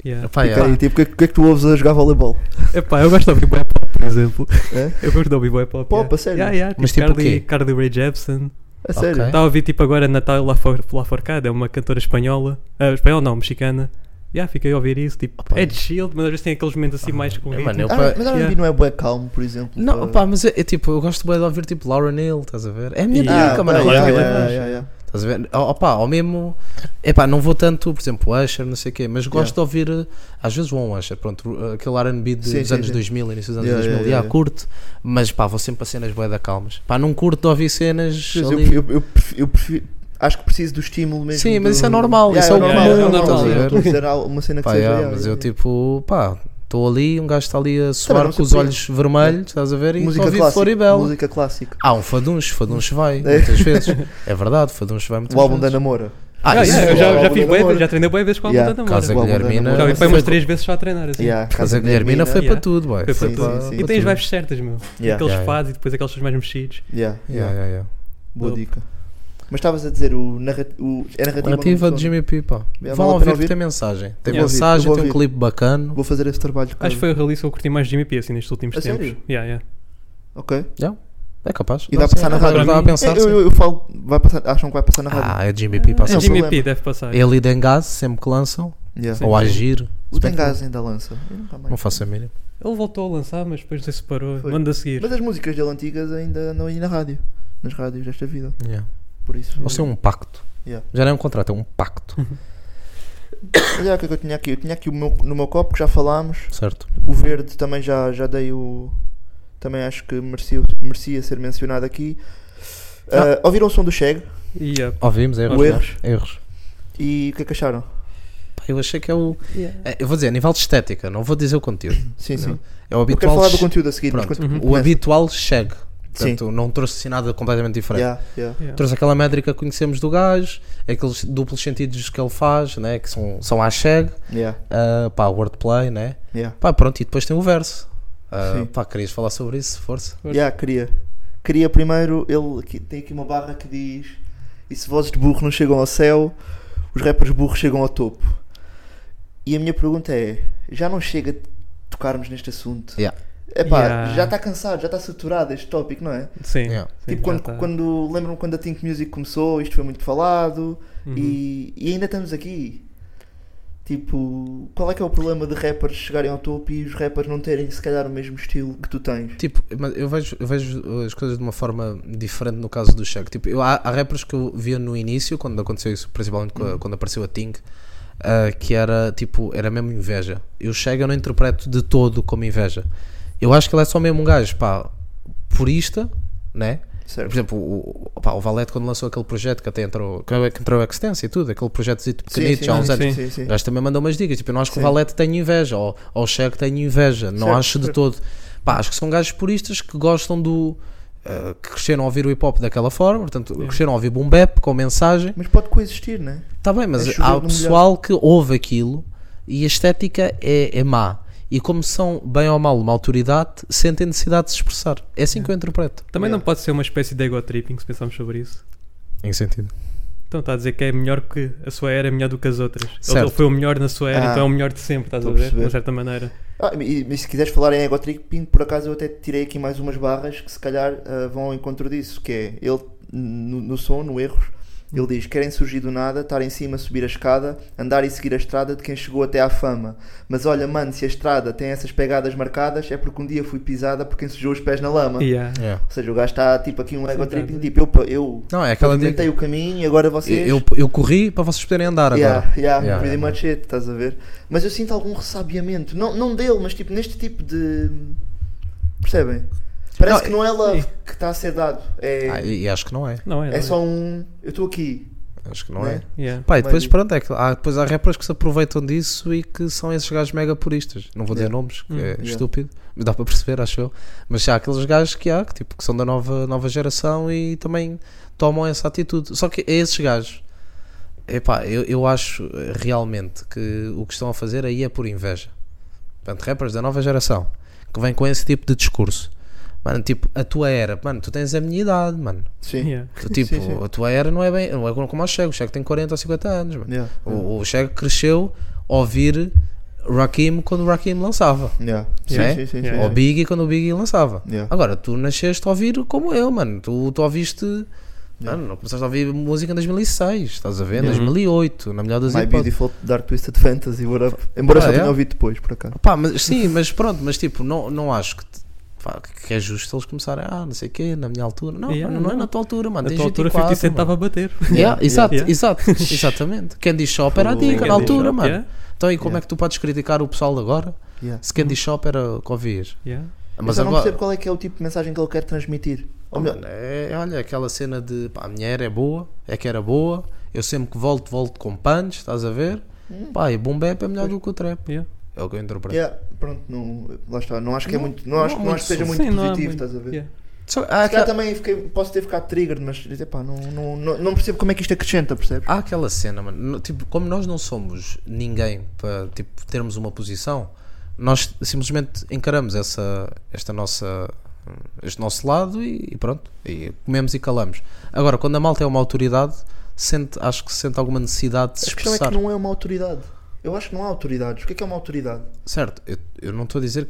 F: Yeah.
G: Epá,
E: Fica aí,
G: Ah, yeah.
E: tipo, o que, é que- o que é que tu ouves a jogar voleibol?
F: Epá, eu gosto de ouvir bué pop, por exemplo.
E: É?
F: Eu gosto de ouvir bué pop.
E: Pop,
F: yeah.
E: a sério?
F: Yeah, yeah,
G: Mas
F: tipo
G: tipo o
F: Carly,
G: quê? É?
F: Carly Rae Jepsen.
E: A sério?
G: Ok.
F: Estava a ouvir tipo agora Natal Laforcada, é uma cantora espanhola. Ah, espanhola não, mexicana. Yeah, fiquei a ouvir isso, tipo,
G: Opa.
F: é de shield, mas às vezes tem aqueles momentos assim mais com
G: é,
F: ritmo.
G: mano, eu-
E: Ah,
G: Opa,
E: mas a R&B
F: yeah.
E: não é bué calmo, por exemplo.
G: Não,
E: para-
G: opá, mas é, é tipo, eu gosto bem de ouvir tipo Laura Neal, estás a ver? É a minha
F: Yeah.
G: dica,
E: Ah,
G: mano.
E: pá,
G: eu gosto bué
E: yeah,
G: de
E: yeah,
G: Usher,
E: yeah, yeah.
G: Estás a ver? Ó- Opá, ao mesmo. Epá, não vou tanto, por exemplo, o Usher, não sei o quê, mas gosto de ouvir eh, às vezes o um Usher, pronto, eh, aquele RB de-
E: Sim,
G: dos
E: sim,
G: anos
E: sim.
G: 2000, início dos anos 2000,
E: Yeah, yeah,
G: yeah,
E: yeah.
G: curto, mas pá, vou sempre a cenas bué da calmas. Pá, não curto de ouvir cenas.
E: Mas eu,
G: ali-
E: eu, eu prefiro, eu prefiro- Acho que preciso do estímulo mesmo.
G: Sim, mas
E: do-
G: isso é normal,
E: Yeah,
G: isso é o
F: comum,
E: é
F: normal,
E: sim,
F: é.
E: Estou a dizer al- uma cena que
G: Pá,
E: seja. né?
G: yeah,
E: yeah,
G: mas
E: yeah,
G: eu
E: yeah.
G: tipo, pá, estou ali, um gajo está ali a
E: não
G: suar
E: me
G: com os
E: surpreende.
G: olhos vermelhos, estás a ver? E estou a
E: música
G: ouvir
E: clássica.
G: Floribel.
E: Música clássica.
G: Ah, um faduncho, faduncho vai,
E: É.
G: muitas vezes. É verdade, faduncho vai muitas
E: O álbum da
G: vezes.
E: Namora.
G: Ah,
F: Yeah,
G: isso
F: yeah, É, eu
E: o
F: já, já
E: álbum
F: fiz
E: da
F: bué,
E: namora.
F: já treinei bué vezes com a
E: Yeah,
F: yeah, da
G: Casa
E: O álbum da
G: Guilhermina.
E: Namora.
F: Já vi foi umas
G: foi-
F: três vezes só a treinar assim.
E: Yeah,
G: Casa Guilhermina foi
F: Yeah.
G: para tudo, boy.
F: Foi para
E: Sim,
G: para-
E: sim, sim.
F: E
G: para
F: tem as
G: tudo.
F: vibes certas, meu.
E: Yeah.
G: Yeah,
F: Aqueles
G: yeah.
F: fados e depois aqueles sons mais mexidos.
E: Yeah,
G: Yeah, yeah, yeah.
E: boa
F: Dope.
E: dica. Mas estavas a dizer, o narrati- o- é narrativa.
G: Narrativa
E: ou não?
G: de Jimmy P, pá. Vão
E: Yeah, vale a pena
G: ouvir que
E: ouvir?
G: tem mensagem. Tem
F: Eu vou
E: ouvir, eu
G: mensagem,
E: vou
G: tem um
E: ouvir.
G: clipe bacana.
E: Vou fazer esse trabalho.
F: Acho que foi a release que eu curti mais de Jimmy P assim nestes últimos
E: A
F: tempos.
E: sério?
F: Yeah, yeah.
E: Ok.
G: É capaz.
E: E dá a passar na
G: Agora
E: rádio.
G: Estava a pensar.
E: É, eu,
G: sim.
E: eu, eu falo, vai passar, acham que vai passar na rádio.
G: Ah, é Jimmy P, passa
E: é um
G: sempre.
F: Jimmy P
E: problema.
F: deve passar.
G: Ele e Dengaze sempre que lançam.
E: Yeah.
F: Sim.
G: Ou Agir.
E: O Tengaz ainda lança. Eu nunca mais-
G: Não faço a mínima.
F: Ele voltou a lançar, mas depois não sei se parou.
E: Foi.
F: Manda a seguir.
E: Mas as músicas dele antigas ainda andam aí na rádio. Nas rádios desta vida.
G: Yeah.
E: Por isso.
G: Ou seja, um pacto.
E: Hum. Yeah. Hum.
G: Já não é um contrato, é um pacto.
E: Olha o que é que eu tinha aqui. Eu tinha aqui o meu- no meu copo que já falámos.
G: certo?
E: O verde também já, já dei o. Também acho que merecia, merecia ser mencionado aqui. Ah, ouviram o som do Cheg
F: Yeah.
G: Ouvimos erros.
E: O
G: né?
E: erros.
G: Erros.
E: e o que é que acharam?
G: Pá, Eu achei que é o. é, Eu vou dizer, a nível de estética, não vou dizer o conteúdo.
E: Sim, sim.
G: É o
E: Eu quero
G: habitual.
E: falar do
G: che-
E: conteúdo a seguir, mas
G: Pronto,
E: conte-
G: O habitual chega.
E: Uhum. Sim.
G: Portanto, não trouxe assim nada completamente diferente.
E: Yeah, yeah.
F: Yeah.
G: Trouxe aquela métrica que conhecemos do gajo, aqueles duplos sentidos que ele faz, né? que são, são à chegue,
E: Yeah,
G: ah, pá, wordplay, né?
E: yeah.
G: Pá, pronto, e depois tem o verso. Ah,
E: Sim.
G: pá, querias falar sobre isso? Força.
E: Yeah, queria. Queria primeiro, ele aqui- tem aqui uma barra que diz E se vozes de burro não chegam ao céu, os rappers burros chegam ao topo. E a minha pergunta é, já não chega de tocarmos neste assunto?
G: Yeah.
E: Epá,
F: Yeah.
E: já está cansado, já está saturado este tópico, não é?
F: Sim.
G: Yeah.
F: Sim,
E: tipo,
F: já
E: quando,
F: tá.
E: quando lembro-me quando a Think Music começou, isto foi muito falado
F: Uhum.
E: e, e ainda estamos aqui. Tipo, qual é que é o problema de rappers chegarem ao topo e os rappers não terem se calhar o mesmo estilo que tu tens?
G: Tipo, mas eu vejo, eu vejo as coisas de uma forma diferente no caso do Shaq. Tipo, eu, há, há rappers que eu via no início, quando aconteceu isso, principalmente co-
E: Uhum.
G: quando apareceu a Ting, ah, que era tipo, era mesmo inveja. E o Shaq eu não interpreto de todo como inveja. Eu acho que ele é só mesmo um gajo, pá, purista, né? Por
E: Certo?
G: exemplo, o, o- pá, o Valete quando lançou aquele projeto que até entrou, que entrou a Extensa e tudo, aquele projetozito pequenito já há uns
E: sim,
G: anos.
E: sim, sim, sim.
G: O gajo também mandou umas dicas. Tipo, eu não acho que
E: Sim.
G: o Valete tenha inveja, ou, ou o Checo tenha inveja. Não
E: Certo,
G: acho de
E: certo.
G: todo. Pá, acho que são gajos puristas que gostam do. eh, que cresceram a ouvir o hip hop daquela forma, portanto, cresceram a ouvir boom bap com mensagem.
E: Mas pode coexistir, né?
G: Está bem, mas
E: É chover
G: há
E: no
G: o pessoal que ouve aquilo e a estética é, é má. E como são, bem ou mal, uma autoridade, sentem necessidade de se expressar. É assim que eu interpreto.
F: Também não
E: Yeah.
F: pode ser uma espécie de ego tripping se pensarmos sobre isso.
G: Em que sentido?
F: Então está a dizer que é melhor que a sua era é melhor do que as outras. Ele-
G: Certo.
F: Ele foi o melhor na sua era,
E: Ah,
F: então é o melhor de sempre, estás a
E: estou a
F: ver? De
E: perceber.
F: uma certa maneira.
E: Ah, e, e se quiseres falar em egotripping, por acaso eu até tirei aqui mais umas barras que se calhar ah, vão ao encontro disso, que é ele no, no som, no erros, ele diz querem surgir do nada, estar em cima, subir a escada, andar e seguir a estrada de quem chegou até à fama. Mas olha, mano, se a estrada tem essas pegadas marcadas, é porque um dia fui pisada por quem sujou os pés na lama.
F: Yeah.
G: É.
E: Ou seja, o gajo está tipo aqui um egotripping,
F: tá.
E: tipo, eu, pa- eu
G: Não, é aquela dica.
E: pavimentei o caminho e agora vocês.
G: Eu, eu corri para vocês poderem andar agora.
E: Yeah, um yeah,
G: Yeah.
E: pretty much it, estás a ver? Mas eu sinto algum ressabiamento, não, não dele, mas tipo neste tipo de. Percebem? Parece
G: Não,
E: que não é love que está a ser dado, é,
G: Ah, e, e acho que não é.
F: Não é? não
E: é só um. Eu estou aqui,
G: Acho que não
E: Não é?
G: é.
F: Yeah.
G: Pá, e depois,
E: Maybe.
G: pronto, é que há, depois há rappers que se aproveitam disso e que são esses gajos mega puristas. Não vou dizer
E: Yeah.
G: nomes, que
F: Hum.
G: é
E: Yeah.
G: estúpido, mas dá para perceber, acho eu. Mas há aqueles gajos que há, que, tipo, que são da nova, nova geração e também tomam essa atitude. Só que é esses gajos. Epá, eu, eu acho eh, realmente que o que estão a fazer aí é por inveja. Portanto, rappers da nova geração que vêm com esse tipo de discurso. Mano, tipo, a tua era, mano, tu tens a minha idade, mano.
E: sim.
F: Yeah.
G: Tu, tipo,
E: sim.
G: a tua era não é bem, não é como o Chego, o Chego tem 40 ou 50 anos, mano.
E: Yeah.
G: O, o Chega cresceu a ouvir Rakim quando o Rakim lançava.
E: Yeah. Sim,
G: Yeah.
E: sim, sim,
F: Yeah.
E: sim,
G: Ou
E: sim.
G: Biggie quando o Biggie lançava.
E: É. Yeah.
G: Agora, tu nasceste a ouvir como eu, mano. Tu, tu ouviste.
E: Yeah.
G: Mano, começaste a ouvir música em 2006, estás a ver? Em
F: Yeah.
G: 2008, na melhor das
E: My
G: hipóteses.
E: Beautiful Dark Twisted Fantasy, what up? Embora
G: Ah,
E: só
G: é?
E: tenha ouvido depois, por acaso.
G: Pá, mas, sim, mas pronto, mas tipo, não, não acho que, pá, que é justo eles começarem, ah, não sei o quê, na minha altura. Não,
F: Yeah,
G: mano, não, é
F: não.
G: na tua altura, mano.
F: Na
G: tens
F: tua altura,
G: 24,
F: 50 Cent
G: mano.
F: estava a bater.
G: Yeah, exato,
F: yeah.
G: exato, exatamente. Candy Shop era a
E: Fogo.
G: dica na
E: Candy
G: altura,
F: Shop,
G: mano.
F: yeah,
G: Então, e como
E: Yeah.
G: é que tu podes criticar o pessoal de agora?
E: Yeah.
G: Se Candy Shop era o que ouvias.
F: yeah.
E: Mas
G: Mas
E: eu não percebo
G: agora.
E: qual é que é o tipo de mensagem que ele quer transmitir.
G: Oh,
E: Ou melhor,
G: mano, é, é, olha, aquela cena de pá, a minha era é boa, é que era boa, eu sempre que volto, volto com punch, estás a ver? Pá, e boom bap é melhor do que o trap.
F: Yeah.
G: É o que eu interpreto.
E: Hum. Yeah, pronto, não, lá está. Não acho que é muito. Não,
G: não é
E: acho,
G: há
E: não
G: muito
E: acho que seja
G: som.
E: muito
F: Sim, não há
E: positivo,
F: muito-
E: estás a ver?
F: yeah.
G: Só- há,
E: Se calhar
G: Ah, aquela,
E: também fiquei- posso ter ficado triggered, mas epá, não, não, não, não percebo como é que isto é crescente, percebes?
G: há aquela cena, mano. no- Tipo, como nós não somos ninguém para tipo, termos uma posição, nós simplesmente encaramos essa, esta nossa, este nosso lado e, e pronto. E comemos e calamos. Agora, quando a malta é uma autoridade, sente, acho que sente alguma necessidade de se
E: a questão é
G: expressar.
E: que não é uma autoridade. Eu acho que não há autoridades. O que é que é uma autoridade?
G: Certo, eu, eu não estou a dizer.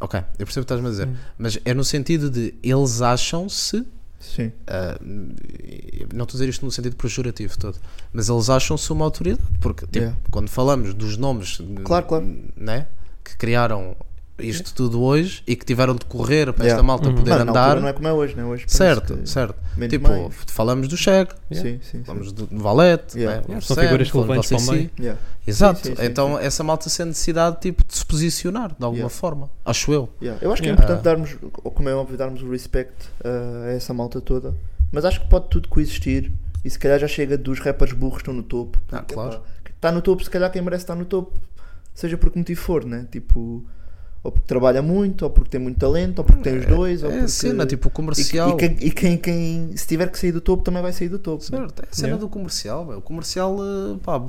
G: Ok, eu percebo o que estás-me a dizer.
E: Hum.
G: Mas é no sentido de eles acham-se
E: Sim.
G: Ah, não estou a dizer isto no sentido pejorativo todo, mas eles acham-se uma autoridade, porque tipo,
E: Yeah.
G: quando falamos dos nomes de-
E: Claro, claro.
G: né, que criaram isto tudo hoje e que tiveram de correr para
E: Yeah.
G: esta malta
F: Uhum.
G: poder
E: Mano, na
G: andar,
E: altura não é como é hoje, né? Hoje
G: certo,
E: parece que-
G: certo.
E: menos
G: Tipo,
E: mais.
G: falamos do Cheque,
E: Sim, sim. sim.
G: falamos do do Valete,
E: Yeah.
G: né,
F: Yeah,
G: do
F: são
G: Sam,
F: figuras
G: falamos do
F: relevantes para o
G: LCC.
F: meio.
E: Yeah.
G: Exato,
E: Sim, sim, sim,
G: então essa malta sente necessidade tipo, de se posicionar de alguma
E: Yeah.
G: forma, acho eu.
E: Yeah. Eu acho que é
G: Yeah.
E: importante darmos, ou como é óbvio, darmos o respect uh, a essa malta toda, mas acho que pode tudo coexistir e se calhar já chega dos rappers burros que estão no topo.
G: Ah,
E: é
G: claro.
E: Está tá no topo, se calhar quem merece estar no topo, seja por que motivo for, né? Tipo, ou porque trabalha muito, ou porque tem muito talento, ou porque tem os dois, ou
G: é
E: porque...
G: a cena, tipo, o
E: E,
G: comercial.
E: e, quem, e quem, quem- se tiver que sair do topo também vai sair do topo. né?
G: Certo, é a cena
F: Yeah.
G: do comercial, meu. O comercial, eh, pá,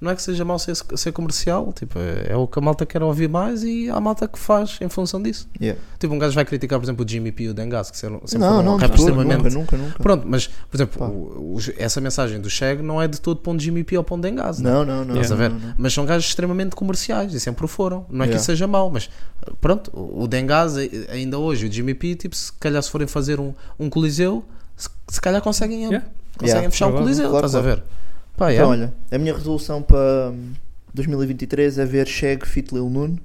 G: não é que seja mau ser, ser comercial, tipo, é é o que a malta quer ouvir mais e há a malta que faz em função disso.
E: Yeah.
G: Tipo, um gajo vai criticar, por exemplo, o Jimmy P e o Dengas, que é um, serão- sempre
E: Não,
G: foram
E: não, de
G: rappers
E: todo,
G: extremamente-
E: nunca, nunca, nunca.
G: Pronto, mas, por exemplo,
E: Pá.
G: o- o- essa mensagem do Cheg não é de todo para um Jimmy P ou para um Dengas,
E: Não, não, não.
G: Estás a ver? É,
E: não, não.
G: Mas são gajos extremamente comerciais e sempre o foram. Não é que
E: Yeah.
G: isso seja mau, mas pronto, o o Dengas ai- ainda hoje, o Jimmy P, tipo, se calhar se forem fazer um, um coliseu, se, se calhar conseguem, eh,
F: Yeah.
G: conseguem
E: Yeah.
G: fechar um
F: Provável.
G: coliseu,
E: Claro,
G: estás a ver? Pá,
E: Então,
G: yeah.
E: olha, a minha resolução para hum, 2023 é ver Cheg Fit Lil Nun.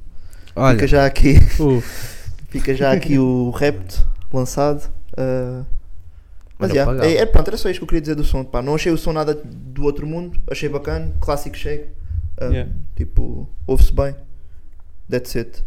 G: Olha,
E: Então, Fica já aqui,
F: Uf,
E: fica já aqui o Rapt lançado. ah, mas
G: Olha,
E: já,
G: pagava.
E: é, é, pronto, era só isto que eu queria dizer do som. Pá. Não achei o som nada do outro mundo, achei bacana, clássico Cheg. Ah,
F: Yeah.
E: Tipo, ouve-se bem. That's it.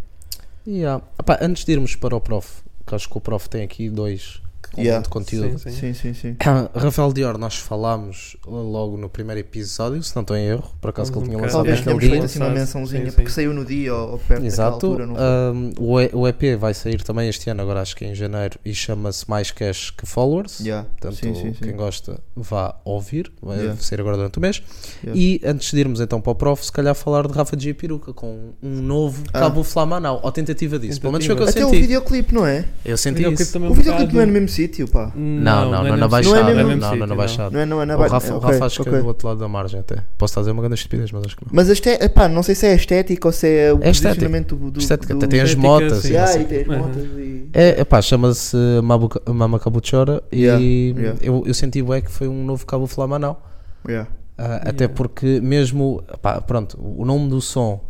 G: yeah. Pá, antes de irmos para o prof, que acho que o prof tem aqui dois com
E: Yeah.
G: muito conteúdo.
F: sim, sim.
E: Sim, sim, sim.
G: Rafael Dior, nós falámos logo no primeiro episódio, se não estou em erro, por acaso que ele tinha
F: Ok.
G: lançado
E: Talvez
G: naquele dia.
F: Talvez tenha
E: tenhamos feito assim uma
F: lançado.
E: mençãozinha,
F: É, Sim, sim.
E: porque saiu no dia ou, ou perto daquela
G: Exato. Ah,
E: altura. Não foi?
G: Ahm, o, E- o EP vai sair também este ano, agora acho que é em janeiro, e chama-se Mais Cash que Followers.
E: Yeah.
G: Portanto,
E: sim, sim, sim.
G: quem gosta vá ouvir, vai
E: Yeah.
G: sair agora durante o mês.
E: Yeah.
G: E antes de irmos então para o prof, se calhar falar de Rafa G. Peruca com um novo
E: Ah.
G: Cabo Flamanau, ou tentativa disso. Pelo menos foi o que eu
E: Até o
G: senti.
E: videoclipe, não é?
G: Eu
F: o
G: senti
F: videoclipe
G: isso.
F: também é
E: O
F: um
E: videoclipe não é
F: bocado-
E: no mesmo sítio, pá.
G: Não, não, não, na
F: é
G: Baixada.
E: Não é
G: Não,
E: mesmo
G: não,
F: sítio,
G: na
F: não.
G: Baixada.
E: Não é, não é na
G: O
E: ba-
G: Rafa, o
E: ok,
G: Rafa acho que é
E: ok.
G: do outro lado da margem até. Posso estar a dizer uma grande estupidez, mas acho que não.
E: Mas este é, epá, não sei se é estética ou se é o
G: É estética.
E: posicionamento do. do,
G: Estética,
E: do-
G: até tem as
F: Estética,
G: motas.
F: sim.
G: e não
E: Yeah,
G: sei
E: Ah, e tem as
F: Uhum.
E: motas e-
G: É, pá, chama-se Mabu- Mama Cabuchora
E: Yeah,
G: e
E: yeah.
G: Eu, eu senti bué que foi um novo Cabo Flamanau.
E: Yeah.
G: Ah, Até porque mesmo, pá, pronto, o nome do som,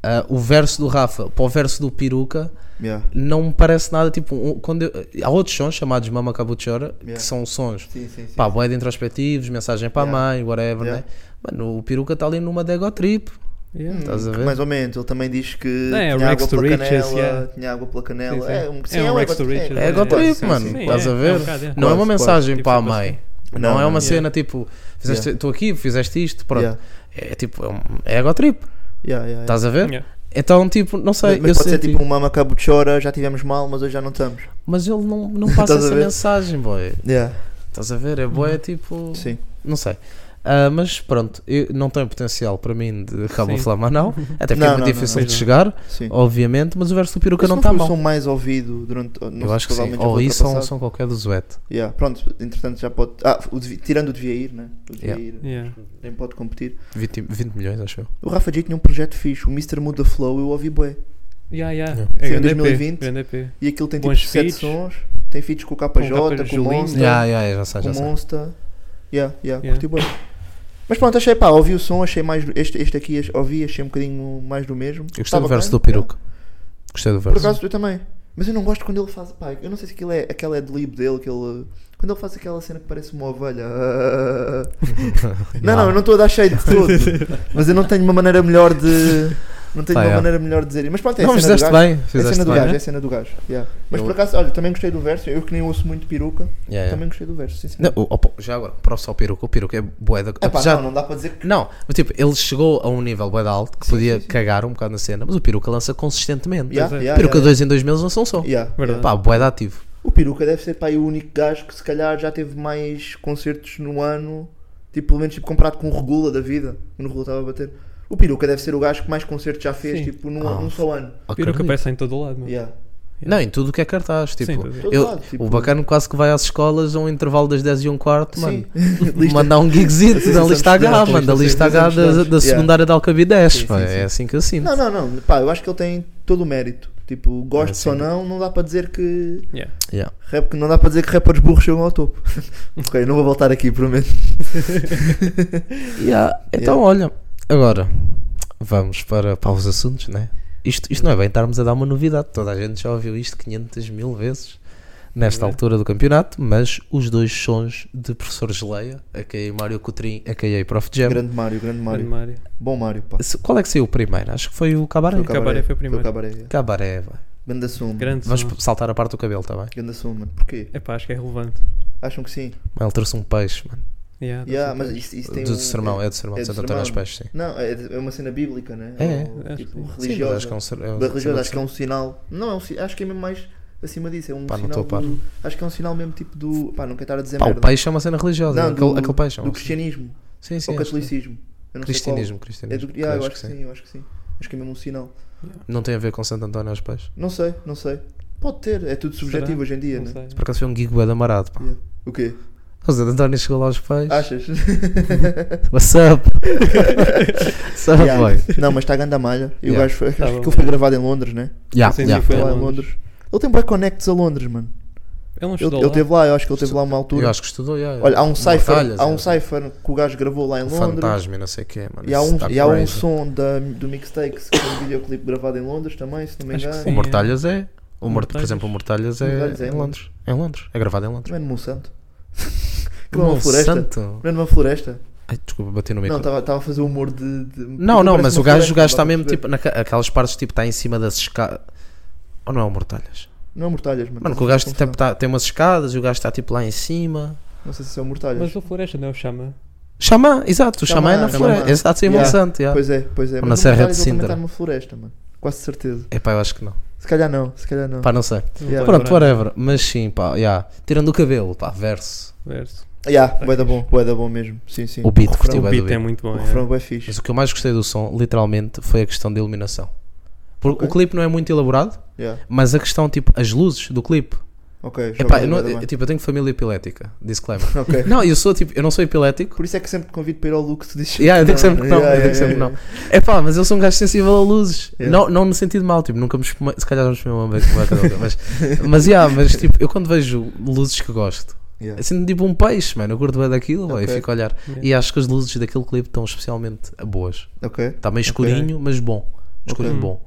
G: ah, o verso do Rafa para o verso do Peruca,
E: Yeah.
G: não me parece nada, tipo, um- quando eu- há outros sons chamados Mama Cabuchora,
E: Yeah.
G: que são sons,
E: Sim, sim, sim.
G: pá, bué de introspectivos, mensagem para
E: Yeah.
G: a mãe, whatever,
E: Yeah.
G: né? Mano, o Peruca está ali numa Dego Trip,
E: Hum.
F: Yeah.
G: estás a ver? um
E: Mais ou menos, ele também diz que
F: Não, é
E: tinha,
F: Rags
E: água
F: to
E: pela
F: Riches,
E: canela,
F: yeah.
E: tinha água pela canela.
F: Sim, sim.
E: É um,
F: É um Rags
E: ego-
F: to Riches,
G: É
F: É,
G: ego trip,
E: sim,
G: mano.
E: sim.
G: Estás
F: é,
G: a
F: é
G: ver?
F: um bocado, é.
G: Não é uma
E: Quase,
G: mensagem
F: quase.
G: para a
F: Tipo,
G: mãe.
E: quase.
G: Não,
E: Não,
G: é uma
E: não.
G: cena tipo, fizeste, tu aqui, fizeste isto, pronto.
E: Yeah.
G: É tipo, é, um, é ego trip.
E: Yeah, yeah, yeah.
G: Estás a ver?
F: Yeah.
G: Então, tipo, não sei.
E: Mas mas
G: eu
E: pode ser
G: senti-
E: tipo um mama cabuchora, já tivemos mal, mas hoje já não estamos.
G: Mas ele não, não passa
E: Estás a
G: essa
E: ver?
G: mensagem, boy.
E: Yeah,
G: Estás a ver? É boy, é tipo.
E: sim.
G: Não sei. Ah, mas pronto, eu- não tem potencial para mim de Cabo
F: Sim.
G: Flama, não. Até porque
E: Não,
G: é
E: não,
G: muito
E: não,
G: difícil
F: não.
G: de chegar,
E: Sim.
G: obviamente. Mas o verso do Peruca
E: Esse
G: Oh, não está
E: foi o som
G: mal.
E: mais ouvido durante. oh, Não
G: Eu
E: sei,
G: acho que sim.
E: provavelmente
G: Ou
E: houve
G: isso ou um
E: ultrapassado.
G: som qualquer do Zuete.
E: Yeah, pronto, entretanto já pode. Ah, o devia- tirando o devia ir, né? O devia
G: Yeah.
E: ir
F: Yeah.
E: nem pode competir.
G: 20, 20 milhões, acho eu.
E: O Rafa J tinha um projeto fixe, o Mr. Muda Flow, eu ouvi bué.
F: Yeah, yeah.
G: Yeah.
F: É
E: Sim, em
F: grande EP,
E: 2020.
F: grande EP.
E: E aquilo tem tipo
F: Bons
E: 7
F: feats.
E: sons, tem feats com o KJ,
F: Com o
E: com,
F: K J,
E: o
F: Julinho.
E: Monster,
G: Já, já, já sei,
E: com
G: tá, já
E: o
G: sei.
E: Monster. Yeah, yeah,
F: Yeah.
E: curti bué. Mas pronto, achei pá, ouvi o som, achei mais. Este, este aqui ach- ouvi, achei um bocadinho mais do mesmo.
G: Eu gostei
E: Tá
G: do verso
E: bacana,
G: do Peruca. Gostei do
E: Por
G: verso.
E: acaso eu também. Mas eu não gosto quando ele faz. Pá, eu não sei se aquilo é aquela adlib dele, aquele. Quando ele faz aquela cena que parece uma ovelha. não, não, eu não estou a dar cheio de tudo. Mas eu não tenho uma maneira melhor de. Não tenho
G: Pá,
E: uma
G: é.
E: maneira melhor de dizer. Mas pronto, é a
G: Não, mas
E: cena do
G: fizeste
E: gajo.
G: bem.
E: É a cena
G: Fizeste
E: do
G: bem.
E: gajo, é a cena do gajo. yeah. Mas
G: Eu-
E: por acaso, olha, também gostei do verso. Eu que nem ouço muito peruca,
G: Yeah, yeah.
E: é. também gostei do verso. Sim, sim.
G: Não, o- opa, já agora, para só o Peruca. O Peruca é bué da.
E: É pá,
G: apesar-
E: não, não dá para dizer que.
G: Não, mas tipo, ele chegou a um nível bué de alto que podia
E: sim, sim.
G: cagar um bocado na cena, mas o Peruca lança consistentemente.
E: Yeah, yeah,
G: é. peruca
E: yeah,
G: dois em dois meses não são só.
E: yeah. Yeah.
F: Verdade.
G: Pá, bué de ativo.
E: O peruca deve ser pá, aí o único gajo que se calhar já teve mais concertos no ano, tipo, pelo menos tipo, comparado com o Regula da vida, quando o Regula estava a bater. O peruca deve ser o gajo que mais concertos já fez,
F: Sim.
E: tipo, num,
G: Ah.
E: num só ano.
F: Peruca
G: Acredito.
F: aparece em todo o lado, mano.
E: Yeah.
G: Não, em tudo o que é cartaz. Tipo,
F: Sim, tudo.
G: eu-
E: Todo lado, tipo-
G: o bacano quase que vai às escolas a um intervalo das 10 e um quarto, mano.
E: Sim. Lista.
G: Mandar um gigzito da
E: Exames
G: lista H,
E: estudantes,
G: mano, da
E: sim,
G: lista H
E: exames
G: da,
E: estudantes.
G: da
E: Yeah.
G: secundária da Alcabidez. pá,
E: sim,
G: É assim que eu sinto.
E: Não, não, não, pá, eu acho que ele tem todo o mérito. Tipo, gostes
G: É, sim.
E: ou não, não dá para dizer que.
F: Yeah.
G: Yeah.
E: Rap, não dá para dizer que rappers burros chegam ao topo. ok, não vou voltar aqui, prometo.
G: Yeah, Então, olha, agora vamos para, para os assuntos, né? Isto, isto não é bem estarmos a dar uma novidade, toda a gente já ouviu isto 500 mil vezes nesta altura do campeonato, mas os dois sons de Professor Geleia, a.k.a. Mário Cotrim, a.k.a. Prof. Jam,
E: Grande Mário, grande
F: Grande
E: Mário.
F: Mário.
E: Bom Mário, pá.
G: se- qual é que saiu o primeiro? Acho que foi o Cabaré.
E: Foi o
F: Cabaré foi o primeiro.
E: Foi o cabaré. yeah.
G: Cabaré, vai.
E: Grande assumo. Grande,
F: Grande
G: Vamos
F: som.
G: saltar a parte do cabelo, tá bem?
E: assumo, mano. Porquê?
F: Epá, acho que é relevante.
E: Acham que sim?
G: Mas ele trouxe um peixe, mano.
F: Yeah,
E: Yeah,
F: não
E: mas
F: sei.
E: isso, isso tem
G: Do
E: um-
G: sermão, é do sermão,
E: é
G: de
E: do
G: Santo Antônio aos
E: sermão.
G: Peixes, sim.
E: Não, é, é uma cena bíblica, né?
G: É,
E: Ou,
F: é,
E: tipo,
G: Sim,
F: sim.
G: mas acho que é
E: religiosa.
G: um ser- é um
E: da
G: ser-
E: religiosa, acho que é um sinal. Não, é um, si- acho que é mesmo mais acima disso. É um
G: Pá, não
E: sinal.
G: estou a par.
E: do- acho que é um sinal mesmo tipo do. Pá, não quero estar a dizer
G: Pá, o
E: merda.
G: peixe é uma cena religiosa,
E: não,
G: aquele,
E: do,
G: aquele peixe. é
E: do
G: uma-
E: cristianismo.
G: Sim, sim.
E: ou
G: acho que-
E: catolicismo. Eu não sei qual.
G: Cristianismo,
E: É
G: cristianismo.
E: do, yeah, eu
G: creio
E: acho que sim, eu acho que sim. Acho que é mesmo um sinal.
G: Não tem a ver com Santo António aos pés.
E: Não sei, não sei. Pode ter, é tudo subjetivo
F: Será?
E: hoje em dia,
F: Não
E: né?
F: sei.
G: Por acaso foi um gig bué de amarado, pá.
E: Yeah. O quê?
G: O Santo António chegou lá aos pés.
E: Achas?
G: What's up? What's up,
E: Yeah.
G: boy?
E: Não, mas está a ganda malha. E o
G: Tá, Yeah.
E: gajo foi.
F: Tá
E: acho que
F: bom,
E: aquilo foi
F: yeah.
E: gravado em Londres, né?
G: Yeah,
F: Sim, sim,
G: yeah.
E: Foi
F: Em
E: lá em
F: Londres.
E: Londres. Ele tem bué connects a Londres, mano.
F: Ele não
E: Ele,
F: estudou
E: ele
F: lá.
E: teve lá, eu acho que ele teve lá uma
G: Eu
E: altura.
G: acho que estudou, yeah.
E: Olha, há um cipher,
G: Batalhas,
E: há um
G: é.
E: cipher que o gajo gravou lá em
G: Um
E: Londres.
G: fantasma e não sei o que é, mano.
E: E há um,
G: Isso tá
E: e há um
G: crazy.
E: som da, do mixtakes que é um videoclipe gravado em Londres também, se não me
F: Acho que
E: engano.
G: O
F: sim.
G: Mortalhas é. O Mort- Por
F: Mortalhas.
G: exemplo, o Mortalhas
E: Mortalhas
G: é
E: é
G: em
E: em
G: Londres. É em Londres. É gravado em Londres.
E: Não é no Monsanto? Que não é uma floresta?
G: Santo.
E: Não é numa floresta?
G: Ai, desculpa, bati no
E: Não,
G: micro.
E: estava a fazer humor de. de-
G: Não,
E: porque
G: não,
E: parece
G: mas
E: uma
G: o gajo,
E: floresta,
G: o gajo
E: dá
G: está
E: pra
G: mesmo
E: perceber.
G: tipo naquelas partes tipo está em cima das escadas. Ou não é o Mortalhas?
E: Não é Mortalhas, mano.
G: Mano,
E: estás
G: que o
E: a
G: gajo
E: fazer
G: tipo,
E: confusão.
G: tá- tem umas escadas e o gajo está tipo lá em cima.
E: Não sei se é o Mortalhas.
F: Mas o Floresta não o chama.
G: Xamã, exato, o xamã é na
E: Xamã,
G: floresta.
E: xamã.
G: Exato, sim, em
E: Yeah.
G: Monsanto. Yeah.
E: Pois é, pois é.
G: Ou na
E: Mas o
G: Serra de
E: Mortalhas ele também
G: Sintra.
E: está numa floresta, mano. Quase certeza.
G: Epá, eu acho que não.
E: Se calhar não, é. se calhar não.
G: Pá, não sei.
F: Não
E: Yeah.
F: vou
G: Pronto,
F: lembrar.
G: whatever. Mas sim, pá, yeah. tirando o cabelo, pá, verso.
F: Verso.
E: Yeah, bué da bom, bué da bom mesmo. Sim, sim.
G: O beat,
E: refrão-
G: curti
F: O
G: bué do
F: beat é
G: beat.
F: muito bom.
E: O
F: é.
E: refrão é fixe.
G: Mas o que eu mais gostei do som, literalmente, foi a questão da iluminação. Porque
E: Ok.
G: o clipe não é muito elaborado,
E: Yeah,
G: mas a questão, tipo, as luzes do clipe.
E: ok. joga
G: Epá,
E: bué
G: eu, não-
E: da bem.
G: eu, tipo, eu tenho família epilética, disclaimer.
E: Ok.
G: não, eu sou tipo, eu não sou epilético.
E: Por isso é que sempre te convido para ir ao Luke, tu dizes.
G: Yeah, eu digo sempre que não, eu digo sempre que não. É pá, mas eu sou um gajo sensível a luzes.
E: Yeah.
G: Não, não no sentido mal, tipo, nunca me espumei. Se calhar já me espumei uma vez com uma cadeira, mas, mas, yeah, mas tipo, eu quando vejo luzes que gosto,
E: Yeah.
G: sinto tipo um peixe, mano. Eu curto bem daquilo boy,
E: Ok.
G: e fico a
F: É.
G: olhar. E acho que as luzes daquele clipe estão especialmente boas.
E: Ok,
G: Está meio escurinho, mas bom. Um escurinho
E: Ok. Hum.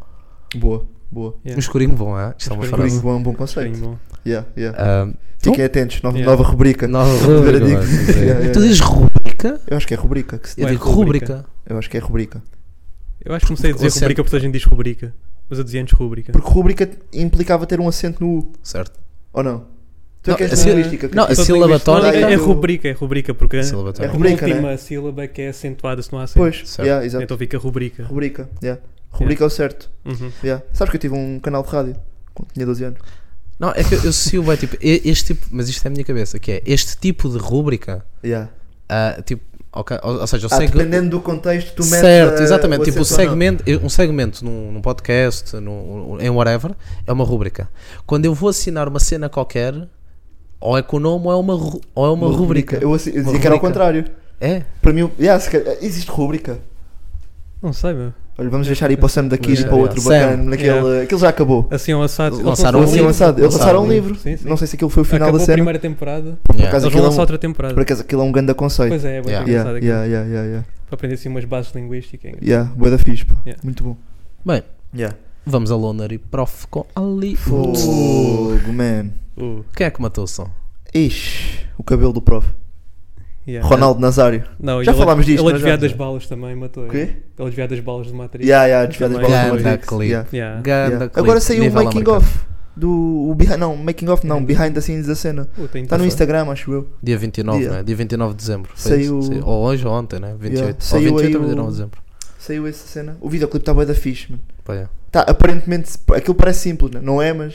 G: bom.
E: boa, boa.
G: Um
F: Yeah.
G: escurinho bom, é? Isto é uma
F: Escurinho
G: frase.
E: Bom, bom, bom
F: Bem
E: conceito.
F: bom.
E: Yeah, yeah.
G: Ah,
E: Fiquem atentos, nova,
F: Yeah.
E: nova rubrica.
G: nova
E: Verdict.
G: rubrica, vai, pois é.
E: Yeah, yeah,
G: Tu
E: yeah.
G: dizes rubrica?
E: Eu acho que é rubrica que se diz.
G: Eu
F: Vai,
G: digo rubrica.
E: Eu acho que é rubrica.
F: Eu acho que comecei a dizer
G: Ou sempre-
F: rubrica porque toda a gente diz rubrica. Mas eu dizia antes rubrica.
E: Porque rubrica implicava ter um acento no U,
G: Certo.
E: ou não? Tu é
G: Não,
E: que és
G: a sil-
E: linguística. que
G: não, a
E: és-
F: Toda
G: sílaba
F: linguística-
G: tónica-
F: É,
E: Daí
F: é
E: do-
F: rubrica, é rubrica, porque
G: Sílaba
E: É
F: a
G: tónica.
E: rubrica,
F: última
E: né?
F: sílaba que é acentuada se não há acento.
E: Pois,
G: Certo.
E: yeah, exato.
F: Então fica rubrica.
E: Rubrica, yeah. Rubrica é o certo.
F: Uhum.
E: Yeah. Sabes que eu tive um canal de rádio quando tinha 12 anos.
G: Não, é que eu associo bem, tipo, e- este tipo, mas isto é a minha cabeça, que é este tipo de rúbrica,
E: Yeah.
G: ah, tipo, ok? Ou, ou seja, o
E: Ah,
G: seg-
E: dependendo do contexto, tu metes
G: certo,
E: a-
G: exatamente.
E: o
G: Tipo, o
E: acento ou não.
G: segmento, eu- um segmento num, num podcast, num, em whatever, é uma rúbrica. Quando eu vou assinar uma cena qualquer, ou é com o nome ou é uma, ru- ou é uma, rúbrica.
E: Eu, assi- eu
G: Uma
E: dizia que era
G: rúbrica.
E: ao contrário.
G: É?
E: Para mim, o- yeah, se calhar- existe rúbrica.
F: Não sei, meu.
E: Olha, vamos deixar ir para o Sam daqui e
G: Yeah,
E: para o outro
G: yeah. Sam,
E: bacana. Naquele,
F: yeah.
E: Aquilo já acabou.
F: Assim, um assado.
G: Lançaram
E: Ou
G: um
E: assim,
G: livro.
E: lançado. Eles lançaram um livro.
F: Sim, sim.
E: Não sei se aquilo foi o final
F: Acabou
E: da
F: a
E: cena.
F: primeira temporada.
E: Por acaso,
F: Eles vão
E: aquilo é
F: lançar
E: um,
F: outra temporada.
E: por acaso aquilo é um grande conceito.
F: Pois é, é muito
G: Yeah.
E: Yeah,
F: engraçado aqui.
E: yeah, yeah, yeah, yeah.
F: Para aprender assim umas bases linguísticas. hein?
E: Yeah, bué da fixe, pá.
F: Yeah.
E: Muito bom.
G: Bem,
E: Yeah.
G: vamos a Loner e Prof com Ali.
E: Fogo, man.
F: Uh,
G: Quem é que matou o som?
E: Ixi, o cabelo do prof.
F: yeah.
E: Ronaldo Nazário.
F: Não,
E: Já
F: ele-
E: falámos disto,
F: Ele a
E: não é,
F: desviar
E: já?
F: das balas também matou.
E: O quê?
F: Ele a desviar das balas do Matrix.
E: Yeah, yeah, desviado das
F: Também.
E: balas do
G: Ganda
E: Matrix.
G: clipe.
E: Yeah,
F: Yeah.
G: Ganda
E: yeah.
G: clipe,
E: Agora saiu o
G: nível
E: making
G: americano.
E: of do. O behind, não, making of não, behind the scenes da cena.
F: Uh, tem
E: Está Tá no
F: interessante.
E: Instagram, acho eu.
G: Dia 29,
E: Dia.
G: né? Dia 29 de dezembro. foi
E: Saiu-
G: isso. Ou hoje ou ontem, né? 28.
E: Yeah. Saiu
G: ou 28 ou
E: aí o-
G: 29 de dezembro.
E: Saiu essa cena. O videoclipe está bué da fixe, mano.
G: Pá, é. yeah.
E: Tá, aparentemente, aquilo parece simples, né? não é? Mas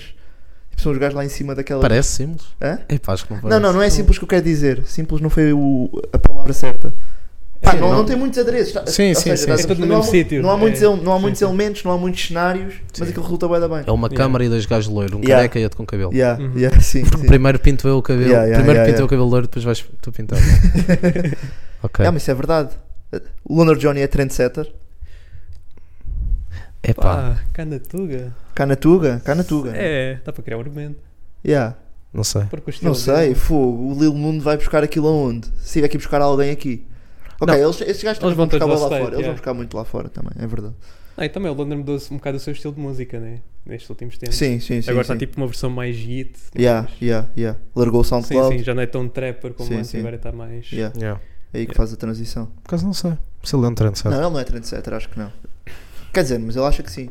E: tipo, são os gajos lá em cima daquela.
G: Parece simples.
E: Hã?
G: Epá, acho que não
E: Não,
G: parece.
E: não, não é simples que eu quero dizer. Simples não foi o- a palavra certa. Pá,
F: Sim,
E: não,
G: não-
E: não tem muitos adereços. tá-
G: Sim,
E: ou
G: sim,
E: seja,
G: sim,
E: dá-
G: sim. É
F: É, tudo no
E: não há
F: mesmo
E: mu-
F: sítio,
E: Não há
F: é.
E: muitos, ele- não há
F: Sim,
E: muitos
F: sim.
E: elementos, não há muitos cenários, mas aquilo resulta bué da bem.
G: É uma
F: Yeah.
G: câmara e dois gajos loiros. Um
E: Yeah.
G: careca e outro com cabelo.
E: Yeah,
F: Uhum.
E: yeah, sim, sim.
G: Primeiro pinto eu o cabelo.
E: Yeah, yeah,
G: Primeiro
E: yeah,
G: pinto eu
E: yeah.
G: o cabelo loiro, depois vais tu pintar. ok.
E: Ah, mas isso é verdade. O Loner Johnny é trendsetter.
G: Epá,
F: Pá, Canatuga.
E: Cá na Tuga, cá na Tuga.
F: Ah,
E: né?
F: É, dá para criar um argumento.
E: Yeah.
G: não sei.
F: Porque o
E: Não
F: estilo
E: sei,
F: dele-
E: fogo. O Lil Mundo vai buscar aquilo aonde? Se tiver que ir buscar alguém aqui. Ok, eles, esses gajos também
F: vão
E: vão buscar
F: todos
E: bola
F: ao
E: lá
F: state,
E: fora. Eles vão
F: yeah.
E: buscar muito lá fora também, é verdade.
F: Ah, e também o London mudou um bocado o seu estilo de música, né? Nestes últimos tempos.
E: Sim, sim, sim.
F: Agora
E: sim.
F: está tipo uma versão mais hit.
E: Yeah, yeah, yeah. Largou o
F: mais- Sim,
E: SoundCloud.
F: sim, já não é tão trapper como
E: Sim,
F: antes,
E: sim.
F: agora está mais.
E: Yeah.
G: Yeah.
E: É aí que faz a transição.
G: Por acaso não sei. Se ele é um trend,
E: Não,
G: sabe?
E: ele não é trendsetter, acho que não. Quer dizer, mas ele acha que sim.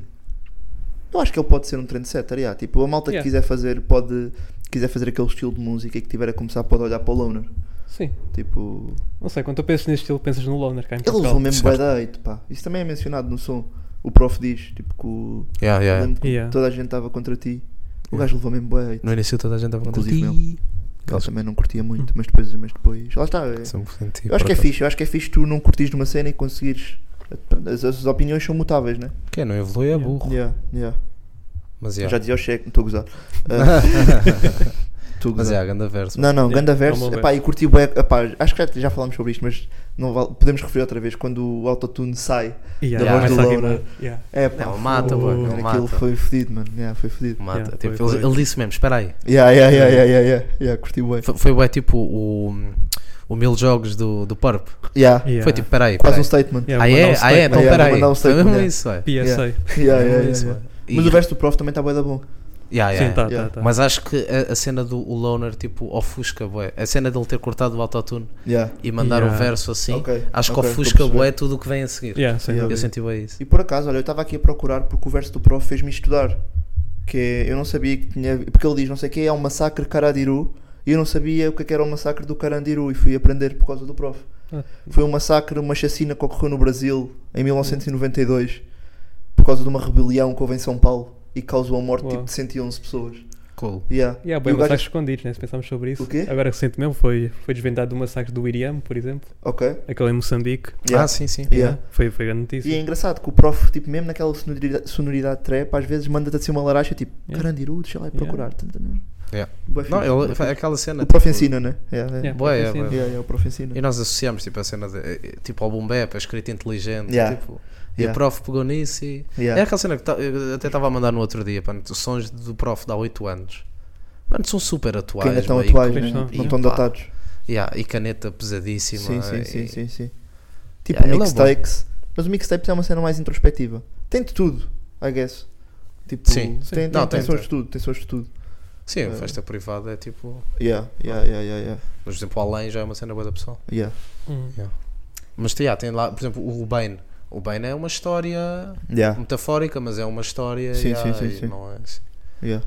E: Eu acho que ele pode ser um trendsetter, yeah. Tipo, a malta
F: Yeah.
E: que quiser fazer, pode... Quiser fazer aquele estilo de música e que tiver a começar pode olhar para o Loner.
F: Sim.
E: Tipo...
F: Não sei, quando tu pensas neste estilo, pensas no Loner, cá em
G: Então
F: Portugal.
E: Ele levou mesmo bué da hate, pá. Isso também é mencionado no som. O prof diz, tipo, que o...
G: Yeah, yeah, yeah.
E: lembro que
F: Yeah.
E: toda a gente estava contra ti. O
G: Yeah.
E: gajo levou mesmo bué hate.
G: No início toda a gente estava contra
E: Inclusive
G: ti.
E: Ele
G: Eles-
E: também não curtia
F: Hum.
E: muito, mas depois... Mas depois... Lá está, é-
G: São um bocadinho tipo,
E: Eu acho que é
G: por
E: fixe, eu acho que é fixe tu não curtires numa cena e conseguires. As, as opiniões são mutáveis, né?
G: acaso. Quem não evolui é
F: Yeah.
G: burro.
E: Yeah, yeah.
G: Mas
E: Já
G: yeah.
E: dizia o cheque, não estou a gozar. Ah, Estou a
G: Mas é,
E: gozar.
G: a grande verso.
E: Não, não,
F: Yeah,
E: ganda
F: é
E: verso.
F: um bom
E: Epá, e curti bué, epá, acho que já, já falámos sobre isto, mas não vale- podemos referir outra vez quando o autotune sai.
F: Yeah,
E: Da voz
F: começa
E: do
F: a
E: Loner.
F: queimar. Yeah.
E: É, pá,
G: Não, mata,
E: fogo,
G: bué, não,
E: mano, Aquilo
G: mata.
E: foi fedido, mano. Yeah, foi fedido.
G: Mata.
F: Yeah,
G: Tipo,
F: foi-
G: ele,
F: foi.
G: ele disse mesmo, espera aí.
E: Yeah, yeah, yeah, yeah, yeah, yeah, yeah, curti bué.
G: Foi, foi bué tipo o, o Mil Jogos do, do Purp.
E: Yeah,
F: Yeah.
G: Foi tipo, peraí,
E: quase
G: peraí.
E: um statement.
F: Yeah,
G: Ah
F: mandar
G: é? Ah
F: um
G: é?
F: statement.
G: Então
E: Yeah,
G: peraí.
E: mandar um
G: Foi mesmo
E: statement,
G: isso, é.
F: PSA.
E: Yeah, yeah,
G: Foi
E: yeah,
G: isso,
E: yeah.
G: é.
E: Mas
G: E-
E: o verso do prof também está bué da bom.
G: Yeah, yeah,
F: Sim, tá,
E: Yeah.
F: tá, tá.
G: Mas acho que a, a cena do o Loner, tipo, ofusca, bué. A cena dele ter cortado o autotune
E: Yeah.
G: e mandar
F: Yeah.
G: o verso assim,
E: Ok,
G: acho que
E: ok,
G: ofusca,
E: estou a perceber.
G: bué, tudo o que vem a seguir.
F: Yeah, sem
E: Yeah.
G: Eu
F: dúvida.
G: senti bué isso.
E: E por acaso, olha, eu estava aqui a procurar porque o verso do prof fez-me estudar. Que é, eu não sabia que tinha. Porque ele diz não sei o que é o massacre Caradiru. E eu não sabia o que é que era o massacre do Carandiru. E fui aprender por causa do prof.
F: Ah.
E: Foi um massacre, uma chacina que ocorreu no Brasil em 1992. Por causa de uma rebelião que houve em São Paulo. E causou a morte
F: Uau.
E: tipo, de 111 pessoas.
G: Cool.
E: Yeah.
F: Yeah,
E: E
F: bem,
E: o gajo-
F: massacres escondidos, né? Se pensarmos sobre isso.
E: O quê?
F: Agora recentemente foi, foi desvendado o massacre do Iriam, por exemplo,
E: Ok.
F: aquele em Moçambique.
E: Yeah.
G: Ah, sim, sim.
E: Yeah.
F: Foi, foi grande notícia.
E: E é engraçado que o prof, tipo, mesmo naquela sonoridade, sonoridade trap, às vezes manda-te assim uma laranja tipo
F: Yeah.
E: Carandiru, deixa lá ir
F: Yeah.
E: procurar.
G: Yeah.
E: Bué
G: Não, ele,
E: fixe, bué
G: foi
E: fixe.
G: aquela cena.
E: O prof
G: tipo,
E: ensina, né? Yeah, yeah.
F: Yeah,
G: Boa,
F: foi
G: é,
F: assim.
G: boa.
E: Yeah, yeah, o prof ensina.
G: E nós associamos tipo, a cena de, eh, tipo ao boom bap, a escrita inteligente.
E: Yeah.
G: Tipo, E a
E: Yeah.
G: prof pegou nisso e. É
E: Yeah.
G: aquela cena que ta- eu até estava a mandar no outro dia, pá, os sons do prof de há 8 anos. Mano, são super
E: Que
G: atuais.
E: ainda estão
G: bué, e-
E: atuais,
F: pois
E: né?
F: não.
E: não estão
G: Epá,
E: datados.
G: yeah, e caneta pesadíssima.
E: Sim, sim,
G: e-
E: sim, sim, sim. Tipo
G: é. Yeah, ele é bom.
E: mixtapes. Mas o mixtapes é uma cena mais introspectiva. Tem de tudo, I guess. Tipo,
G: Sim,
E: tem,
G: sim.
E: Tem,
G: Não,
E: tem
G: tem,
E: sons
G: tem.
E: de tudo, tem sons de tudo.
G: Sim, a
E: Eh.
G: festa privada é tipo.
E: Yeah, yeah, yeah, yeah, yeah.
G: Mas, por exemplo, além já é uma cena boa da pessoa.
E: yeah.
F: Hum.
G: Mas yeah, tem lá, por exemplo, o Bane. O Bane é uma história
E: yeah,
G: metafórica, mas é uma história.
E: Ah. Sim,
G: yeah,
E: sim, sim,
G: e
E: sim.
G: Não é assim.
E: yeah.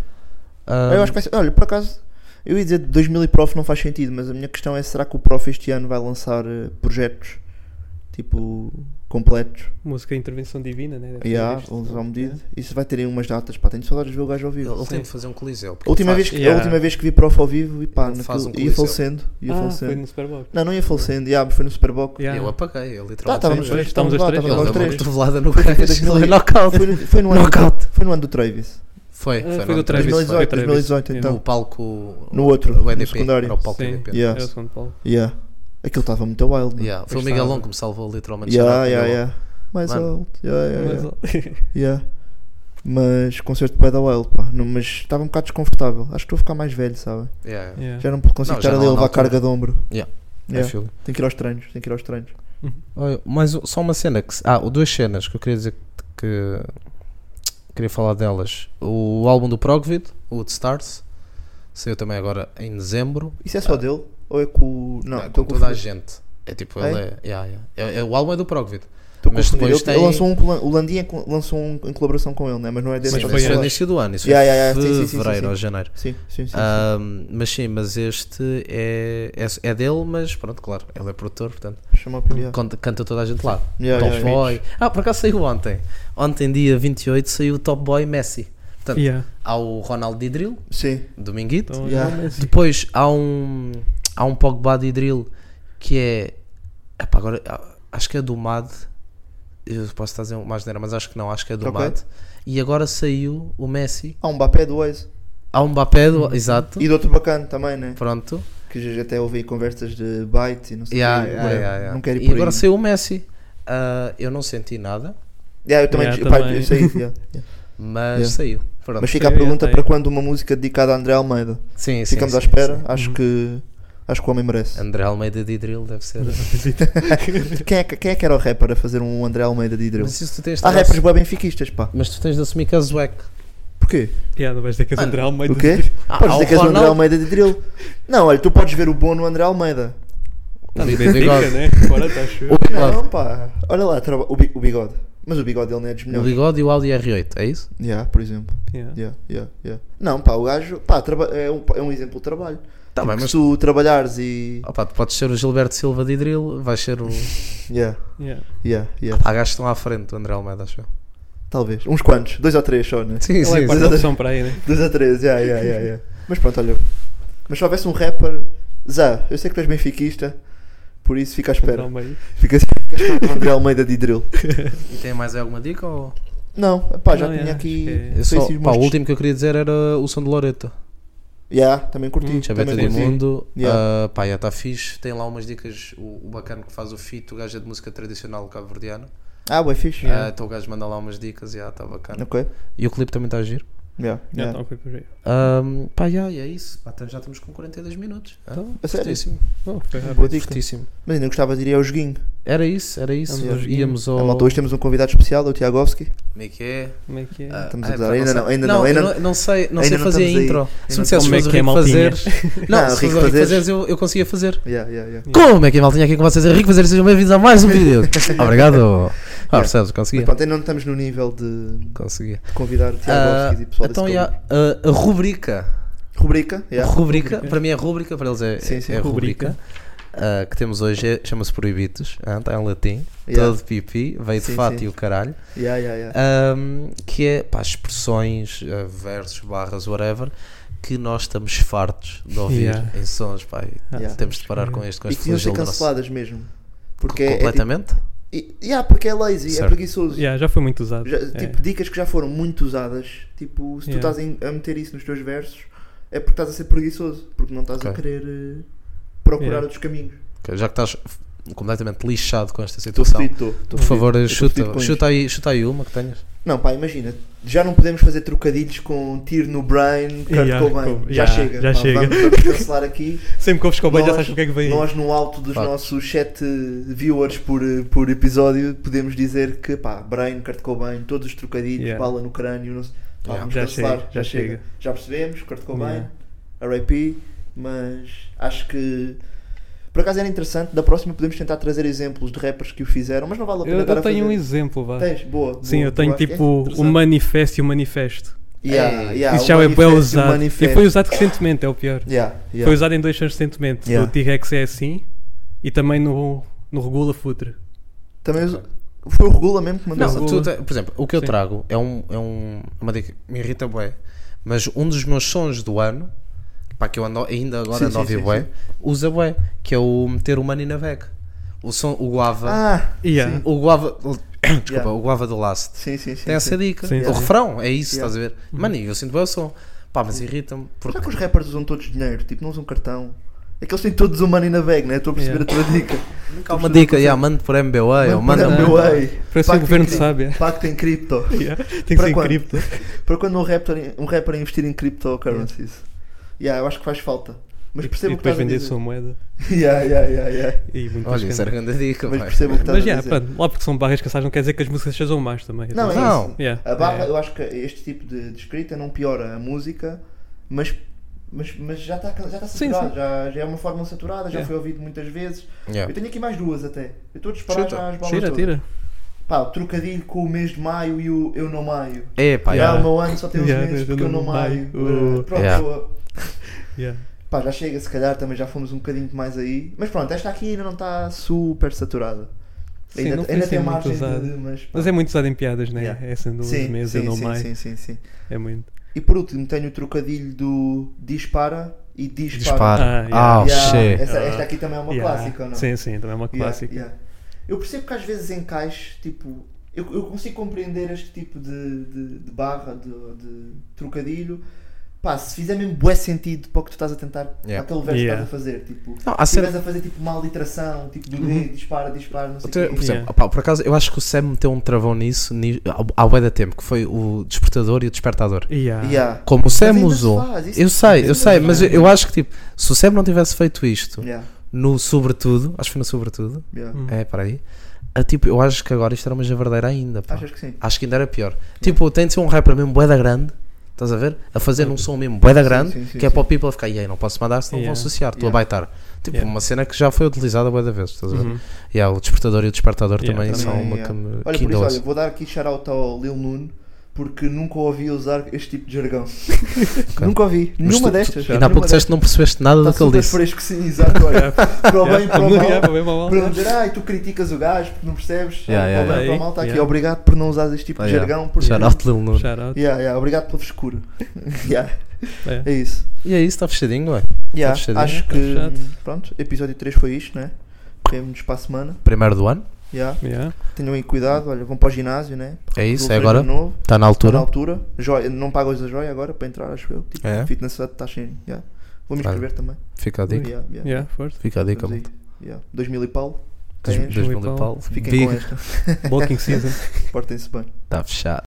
G: Ah,
E: Eu acho que vai ser, olha, por acaso, eu ia dizer de 2000 e prof não faz sentido, mas a minha questão é será que o prof este ano vai lançar eh, projetos tipo, completos.
F: Música Intervenção Divina, né? Ah, Deve ter
E: E há,
F: visto.
E: eles ao medido. Isso vai ter aí umas datas, pá. Tenho saudades de ver o gajo ao vivo.
G: Ele tem de fazer um coliseu. porque
E: A é última,
G: ele
E: vez
G: faz-
E: que,
F: Yeah.
E: a última vez que vi prof ao vivo e pá,
G: Ele faz
E: naquilo,
G: um
E: ia
G: coliseu.
E: falecendo. Ia
F: Ah,
E: falecendo.
F: foi no Super Bowl.
E: Não, não ia falecendo, yeah, mas foi no Superboc.
F: Yeah.
G: Eu apaguei, eu
E: Ah,
G: literalmente.
E: estávamos
F: Sim,
E: três,
F: estamos
E: estávamos lá,
F: os três.
E: estávamos lá
G: ele
E: os
G: deu uma
E: três.
G: cotovelada no
E: Foi
G: gajo.
E: em 2000
G: Ele é knockout.
E: Foi no- Foi no ano
G: Knockout.
E: foi no ano do Travis.
G: Foi,
F: Ah,
G: foi,
F: foi do
G: no-
F: Travis.
E: 2018,
F: foi do Travis.
E: 2018, então.
G: No palco.
E: No outro,
G: O
E: no
G: EDP.
E: secundário.
G: Era o palco
F: Sim.
G: EDP.
E: Yeah.
F: É o segundo Paulo.
E: Yeah. Aquilo estava muito wild. mano.
G: Yeah, Foi o
F: Pois
G: Miguel
F: estava.
G: Long que me salvou literalmente.
E: Yeah,
G: Shout out,
E: yeah,
G: Miguel.
E: yeah. Mais
G: Mano.
E: alto. Yeah, yeah,
F: Mas,
E: yeah. Yeah. Mas concerto de da Wild, pá. Não, mas estava um bocado desconfortável. Acho que estou a ficar mais velho, sabe?
G: Yeah, é yeah.
F: yeah.
E: Já não consigo
G: Não, já
E: estar ali
G: não,
E: a
G: na
E: levar
G: altura.
E: carga de ombro.
G: Yeah. I
E: Yeah.
G: feel you.
E: Tem que ir aos treinos, tem que ir aos treinos.
G: Olha, mais um- só uma cena que. se- Ah, duas cenas que eu queria dizer que. que- queria falar delas. O álbum do Progvid, o The Stars, saiu também agora em dezembro.
E: Isso é só dele? Ou é com. o- Não,
G: Ah. é,
E: estou
G: com
E: a
G: toda a
E: confundir.
G: gente. É tipo,
E: É?
G: ele é. yeah, yeah. É- é- o álbum é do Progvid.
E: Estou a
G: mas
E: confundir.
G: depois
E: Ele,
G: tem-
E: ele lançou um, com o Lan- o Landinha co- lançou um em colaboração com ele, né? Mas não é desse
G: Sim,
E: só
G: mas
F: foi
G: foi
E: desse
G: no
E: lado.
G: início do ano, isso
E: Yeah,
G: foi
E: yeah, yeah, sim, sim, sim, sim,
G: fevereiro
E: sim.
G: ou janeiro.
E: Sim, sim, sim. sim.
G: Ah, Ahm, mas sim, mas este é, é, é dele, mas pronto, claro, ele é produtor, portanto,
E: Chama o yeah.
G: canta, canta toda a gente lá.
E: Yeah,
G: Top
E: yeah, yeah.
G: Boy. Ah, por acaso saiu ontem. Ontem, dia 28, saiu o Top Boy Messi. Portanto,
F: Yeah.
G: há o Ronaldo de Drill,
E: Sim.
G: Dominguito.
F: Então,
E: Yeah.
F: não, mas-
G: Depois há um, há um Pogba de Drill que é. Epá, agora ah, acho que é do MAD. Eu posso estar a dizer uma asneira, mas acho que não, acho que é do
E: Ok.
G: MAD. E agora saiu o Messi.
E: Há um Mbappé do Waze.
G: Há um Mbappé, do- exato.
E: Uhum. E do outro bacana também, né?
G: Pronto.
E: Que já já até ouvi conversas de bite e não sei o
G: Yeah,
E: quê.
G: yeah,
E: Whatever.
G: yeah, yeah.
E: é, Não quero ir
G: E
E: por
G: agora
E: aí.
G: saiu o Messi. Ah, eu não senti nada,
E: Yeah, eu também,
F: Yeah,
E: eu- pá,
F: também.
E: eu sei, yeah, yeah.
G: mas
E: Yeah.
G: saiu. Pronto.
E: Mas fica a
F: Sim,
E: pergunta
F: eu
E: para
F: tenho.
E: quando uma música dedicada a André Almeida.
G: sim, sim,
E: Ficamos à
G: sim,
E: espera,
G: sim.
F: Uhum.
E: acho que acho que o homem merece.
G: André Almeida de Drill deve ser.
E: Quem é, que- quem é que era o rapper a fazer um André Almeida de drill?
G: mas isso tu tens de
E: Há rappers
G: ass-
E: bué benfiquistas, pá.
G: mas tu tens de assumir que é Zueck.
E: Porquê?
F: Yeah, não vais ter que um
G: Mano,
F: entrar ao meio
E: O
F: do-
E: quê?
G: Ah,
E: Podes
G: há
E: dizer
G: o
E: que és o André
G: Ronaldo.
E: Almeida de drill. Não, olha, tu podes ver o bom no André Almeida.
G: Não,
F: Bem,
G: de bigode.
F: dica, né? Agora tá chuva.
E: Não, pá. Olha lá, traba- o, bi- o bigode. Mas o bigode ele não é dos
G: O
E: melhores.
G: bigode e o Audi R8, é isso?
E: Yeah, por exemplo.
F: Yeah.
E: Yeah, yeah, yeah. Não, pá, o gajo pá, traba- é, um, é um exemplo de trabalho.
G: Tá
E: Tipo,
G: bem, mas- Ah.
E: Se tu trabalhares e.
G: Opa, tu podes ser o Gilberto Silva de Drill, vais ser o.
E: Yeah,
F: Yeah.
E: yeah, yeah.
G: Há gajos que estão à frente do André Almeida, acho eu.
E: Talvez. Uns quantos? Dois ou três só, né?
G: Sim,
F: Ele é a
G: sim,
F: quarta
G: sim.
F: opção para aí, né?
E: Dois a três, yeah, yeah, yeah, yeah. Mas pronto, olha. Mas se houvesse um rapper. Zá, eu sei que tu és benfiquista, por isso fica à
F: Ao
E: espera.
F: meio.
E: Fica com o André Almeida de drill.
G: E tem mais alguma dica? Ou...
E: Não, pá, já
F: Não,
E: tinha
F: yeah, acho
E: aqui.
F: que é-
E: foi
G: Só,
E: esses
G: pá, o
E: monstros.
G: último que eu queria dizer era o som de Loreto.
E: Yeah, também curti.
G: Chaveta
E: também
G: de
E: curti.
G: Mundo,
E: Yeah.
G: ah, pá, já está fixe. Tem lá umas dicas. O, o bacana que faz o fito, o gajo é de música tradicional cabo-verdiana.
E: Ah, ué, fixe.
G: Ah, então o gajo manda lá umas dicas e já está bacana.
E: Ok.
G: E o clipe também está a giro.
E: Yeah,
F: Yeah,
E: yeah.
F: tá, foi por aí.
G: Ahm, pá, já, e é isso. Pá, então já estamos com 42 minutos. Ah,
E: A sério?
G: fortíssimo,
F: Oh, foi rápido.
E: Boa dica.
G: fortíssimo.
E: Mas ainda gostava de ir ao joguinho.
G: Era isso, era isso.
E: Vamos ao
F: joguinho.
G: Íamos ao.
E: A malta, hoje temos um convidado especial, é o Tiagovski.
G: Como é que é?
F: Como é que é?
G: Ah, ah,
E: Estamos a gozar.
G: pá,
E: Ainda
G: sei-
E: não, ainda não,
G: eu
E: ainda
G: não, não sei, não
E: ainda
G: sei
E: não
G: fazer a
E: estamos aí.
G: intro.
E: Ainda
G: Se
E: não
G: me dissesse
F: estamos-
G: fazer
F: Como é que é,
G: rico
F: maltinha?
G: fazeres, não,
E: Não,
G: se
E: Ah, rico
G: fosse rico
E: fazeres-
G: fazeres eu, eu conseguia fazer.
E: Yeah, yeah, yeah.
G: Como é que é, maltinha? Aqui com vocês é rico fazer, sejam bem-vindos a mais um vídeo. Obrigado. Ah, percebes,
E: Mas
G: consegui.
E: pronto, ainda não estamos no nível de,
G: Consegui.
E: de convidar o
G: Ah,
E: Tiagovski e pessoal
G: então,
E: desse
G: já,
E: clube.
G: ah, a rubrica.
E: Rubrica,
G: A
E: yeah.
G: rubrica, para mim é rubrica, para eles é,
E: Sim, sim,
G: é rubrica.
F: rubrica.
G: ah, que temos hoje é- chama-se Proibitos, ah, está em latim,
E: Yeah.
G: todo pipi, veio de
E: Sim,
G: fato
E: sim.
G: e o caralho.
E: Yeah, yeah, yeah.
G: Ahm, que é pá, expressões, ah, versos, barras, whatever, que nós estamos fartos de ouvir
F: Yeah.
G: em sons, pá, e
E: Yeah.
G: temos de parar com este, com
E: E
G: este
E: que iam ser
G: flagelo do nosso-
E: canceladas mesmo. Porque é- é
G: completamente.
E: tipo- e- yeah, porque é lazy, é
G: Certo.
E: preguiçoso.
F: Yeah, já foi muito usado.
E: Já-
F: É.
E: tipo, dicas que já foram muito usadas. Tipo, se tu
F: Yeah.
E: estás em- a meter isso nos teus versos, é porque estás a ser preguiçoso. Porque não estás a
G: Ok.
E: querer eh, procurar
F: Yeah.
E: outros caminhos.
G: Ok, Já que estás f- completamente lixado com esta
E: Estou
G: situação,
E: fedido, estou. estou
G: por favor,
E: fedido. Eu estou fedido
G: chuta,
E: com
G: chuta, aí, chuta aí uma que tenhas.
E: isto. Não, pá, imagina. Já não podemos fazer trocadilhos com um tiro no Brian, Kurt
F: Yeah,
E: Cobain.
F: com-
E: já
F: yeah,
E: chega.
F: já
E: pá,
F: chega.
E: Vamos, vamos cancelar aqui.
F: Sempre que ouves com já
E: Nós-
F: sabes o que é que vem. aí.
E: Nós, no alto dos
G: Pá.
E: nossos 7 viewers por, por episódio, podemos dizer que, pá, Brian, Kurt Cobain, todos os trocadilhos,
F: Yeah.
E: bala no crânio, não sei. Pá,
G: Yeah.
E: vamos
F: Já
E: cancelar,
F: chega,
E: já
F: já
E: chega.
F: chega.
E: Já percebemos, Kurt Cobain,
F: Yeah.
E: RIP, mas acho que. Por acaso era interessante, da próxima podemos tentar trazer exemplos de rappers que o fizeram, mas não vale a pena.
F: Eu,
E: estar
F: eu
E: a
F: tenho um
E: fazer.
F: exemplo, vá.
E: Tens? Boa.
F: Sim,
E: boa,
F: eu tenho
E: boa. É
F: tipo o
E: interessante.
F: manifesto e o manifesto.
E: Yeah, yeah,
F: Isso
E: o
F: já é bem
E: manifesto, o
F: usado. E
E: manifesto.
F: foi usado recentemente, é o pior.
E: Yeah, yeah.
F: Foi usado em dois sons recentemente.
E: Yeah.
F: No T-Rex é assim e também no, no Regula Futre.
E: Também foi o Regula mesmo que mandou
G: Não,
E: essa.
G: tu
F: Google.
G: te- por exemplo, o que eu
F: Sim.
G: trago é um, é um. Uma dica que me irrita bué. Mas um dos meus sons do ano, pá, que eu ando- ainda agora
E: Sim,
G: ando a
E: sim,
G: ouvir
E: sim,
G: bué,
E: sim.
G: usa bué, que é o meter o money na veg. O som, o guava.
E: Ah,
F: Yeah.
G: O guava. o- desculpa,
E: Yeah.
G: o guava do last.
E: sim, sim, sim.
G: Tem
E: sim.
G: essa dica.
F: Sim,
G: o
F: sim. Uhum.
G: refrão, é isso,
E: Yeah.
G: estás a ver? Mano, eu sinto bem o som. Pá, mas irrita-me. Porque
E: Já que os rappers usam todos dinheiro, tipo, não usam cartão. É que eles têm todos o money na bag, né? Estou a perceber a tua dica.
G: há uma dica, yeah, mando por MBA, ou manda
E: Manda meu ei.
F: Parece que o
E: Pacto
F: governo
E: em cri-
F: sabe. é.
E: Pacto em cripto.
F: Yeah. Tem que
E: Para
F: ser em
E: quando?
F: cripto.
E: Para quando um rapper, um rapper investir em cryptocurrencies. Yeah, eu acho que faz falta. Mas
F: E-
E: percebo
F: e
E: o que
F: depois
E: estás a
F: vender um. a sua
E: dizer.
F: moeda.
E: Yeah, yeah, yeah, yeah.
F: E muito
G: Olha, isso era grande é dica,
E: Mas
G: vai.
E: percebo o que estás
F: Mas
E: a
F: já,
E: dizer.
F: pronto, lá porque são barras cansadas não quer dizer que as músicas sejam más também. Então,
E: Não, é
G: Não.
E: isso.
F: Yeah.
E: A barra,
F: É.
E: eu acho que este tipo de, de escrita não piora a música, mas, mas, mas já está já tá
F: Sim,
E: saturado,
F: sim.
E: Já, já é uma fórmula saturada, já
F: Yeah.
E: foi ouvido muitas vezes.
G: Yeah.
E: Eu tenho aqui mais duas até. Eu estou a disparar
G: É. Chuta.
E: já as balas
F: Tira,
E: todas.
F: tira.
E: Pá, o trocadilho com o mês de maio e o eu não maio.
G: É, pá,
E: Ah,
F: Yeah.
E: o meu ano só tem uns
F: Yeah,
E: meses
F: eu
E: porque eu não maio.
F: maio.
E: Uh, Pronto,
G: Yeah.
E: boa.
F: Yeah.
E: Pá, já chega, se calhar também já fomos um bocadinho mais aí. Mas pronto, esta aqui ainda não está super saturada.
F: Sim,
E: ainda
F: não foi
E: ainda
F: assim
E: tem
F: muito
E: margem de,
F: usada.
E: de- mas, pá.
F: Mas é muito usado em piadas, né?
E: Yeah.
F: Essa do
E: sim,
F: mês
E: sim,
F: eu não
E: sim,
F: mais.
E: sim, sim, sim.
F: É muito.
E: E por último tenho o trocadilho do dispara e dispara.
G: Dispara.
F: Ah, yeah.
G: Ah, oh,
E: Yeah,
G: shit.
E: essa- esta aqui também é uma
F: Yeah.
E: clássica, ou não?
F: Sim, sim, também é uma
E: Yeah,
F: clássica.
E: yeah. Eu percebo que às vezes encaixe, tipo, eu, eu consigo compreender este tipo de, de- de barra, de, de trocadilho. Pá, se fizer mesmo bué sentido para o que tu estás a tentar, para
G: Yeah.
E: aquele verso
F: Yeah.
E: que estás a fazer, tipo,
G: Não, há Uhum.
E: se
G: cena-
E: estiveres a fazer tipo uma aliteração, tipo do dedo, dispara, dispara, não sei o
G: Então,
E: quê.
G: por exemplo,
F: Yeah.
G: opá, por acaso, eu acho que o Sam meteu um travão nisso ni- há- há bué da tempo, que foi o despertador e o despertador.
F: Yeah.
E: Yeah.
G: Como o Sam
E: ainda se
G: usou.
E: faz, isso-
G: é
E: é
G: eu sei,
E: isso
G: eu
E: ainda
G: sei,
E: se
G: mas eu,
E: faz.
G: eu acho que tipo, se o Sam não tivesse feito isto
E: Yeah,
G: no sobretudo, acho que foi no sobretudo,
E: yeah.
F: Hum.
G: é, para aí, a, tipo, eu acho que agora isto era uma javardeira ainda, pá.
E: Achas que sim?
G: Acho que ainda era pior. Tipo, tem de ser um rapper mesmo bué da grande, estás a ver? A fazer um som mesmo bué da
E: Sim,
G: grande,
E: sim, sim,
G: que é
E: sim.
G: para o people ficar, e aí, não posso mandar, senão
F: Yeah.
G: vão associar, estou
E: Yeah.
G: a baitar. Tipo,
F: Yeah.
G: uma cena que já foi utilizada bué da vez, estás a ver?
F: Uhum.
G: E há o despertador e o despertador
F: Yeah,
G: também,
F: também,
G: são uma
E: yeah.
G: que me
E: Olha,
G: que
E: por isso,
G: ainda ouço.
E: olha, vou dar aqui shout-out ao Lil Nun porque nunca ouvi usar este tipo de jargão. Nunca ouvi.
G: Mas
E: Nenhuma
G: tu- tu-
E: destas.
G: Ainda há pouco
E: nenhuma
G: disseste que não percebeste nada
E: Está
G: do que ele
E: Tá super
G: disse.
E: fresco, sim, exato. Olha, para o bem e
F: Yeah,
E: para o
F: yeah,
E: mal.
F: para bem, para o mal.
E: Para não dizer, ah, e tu criticas o gajo porque não percebes.
G: Yeah,
E: ah,
G: yeah,
E: para o bem e para o
F: yeah.
E: mal está aqui.
F: Yeah.
E: Obrigado por não usar este tipo de
G: Ah, yeah.
E: jargão. Porque...
G: Shout out Lil Nuno.
F: Shout out.
E: Yeah, yeah, obrigado pela frescura. yeah,
F: É.
E: é isso.
G: E é isso, está fechadinho, ué.
E: Yeah,
G: fechadinho,
E: acho
F: tá
E: que.
F: fechado.
E: hum, Pronto, episódio 3 foi isto, né? Vemo-nos para a semana.
G: Primeiro do ano,
E: Yeah.
F: Yeah.
E: Tenham aí cuidado, olha, vão para o ginásio, né?
G: é isso, é
E: Pelo
G: agora,
E: treino Novo,
G: está na
E: Estou Tá na
G: altura.
E: altura. Joia, não pagam a joia agora para entrar, acho eu. Tipo,
G: É.
E: fitness hut está cheio. Yeah. Vou me
G: Claro.
E: inscrever também.
G: Fica a dica,
E: Yeah, yeah.
F: Yeah, força.
G: fica a dica,
E: Vamos aí.
G: malta.
E: Yeah. 2000 e pau.
G: Dois-
E: Tens.
G: dois
F: João
G: mil
F: e
G: e
F: Paulo.
G: pau.
E: Fiquem com
G: Big,
E: esta.
F: Bulking season.
E: Portem-se bem.
G: está fechado.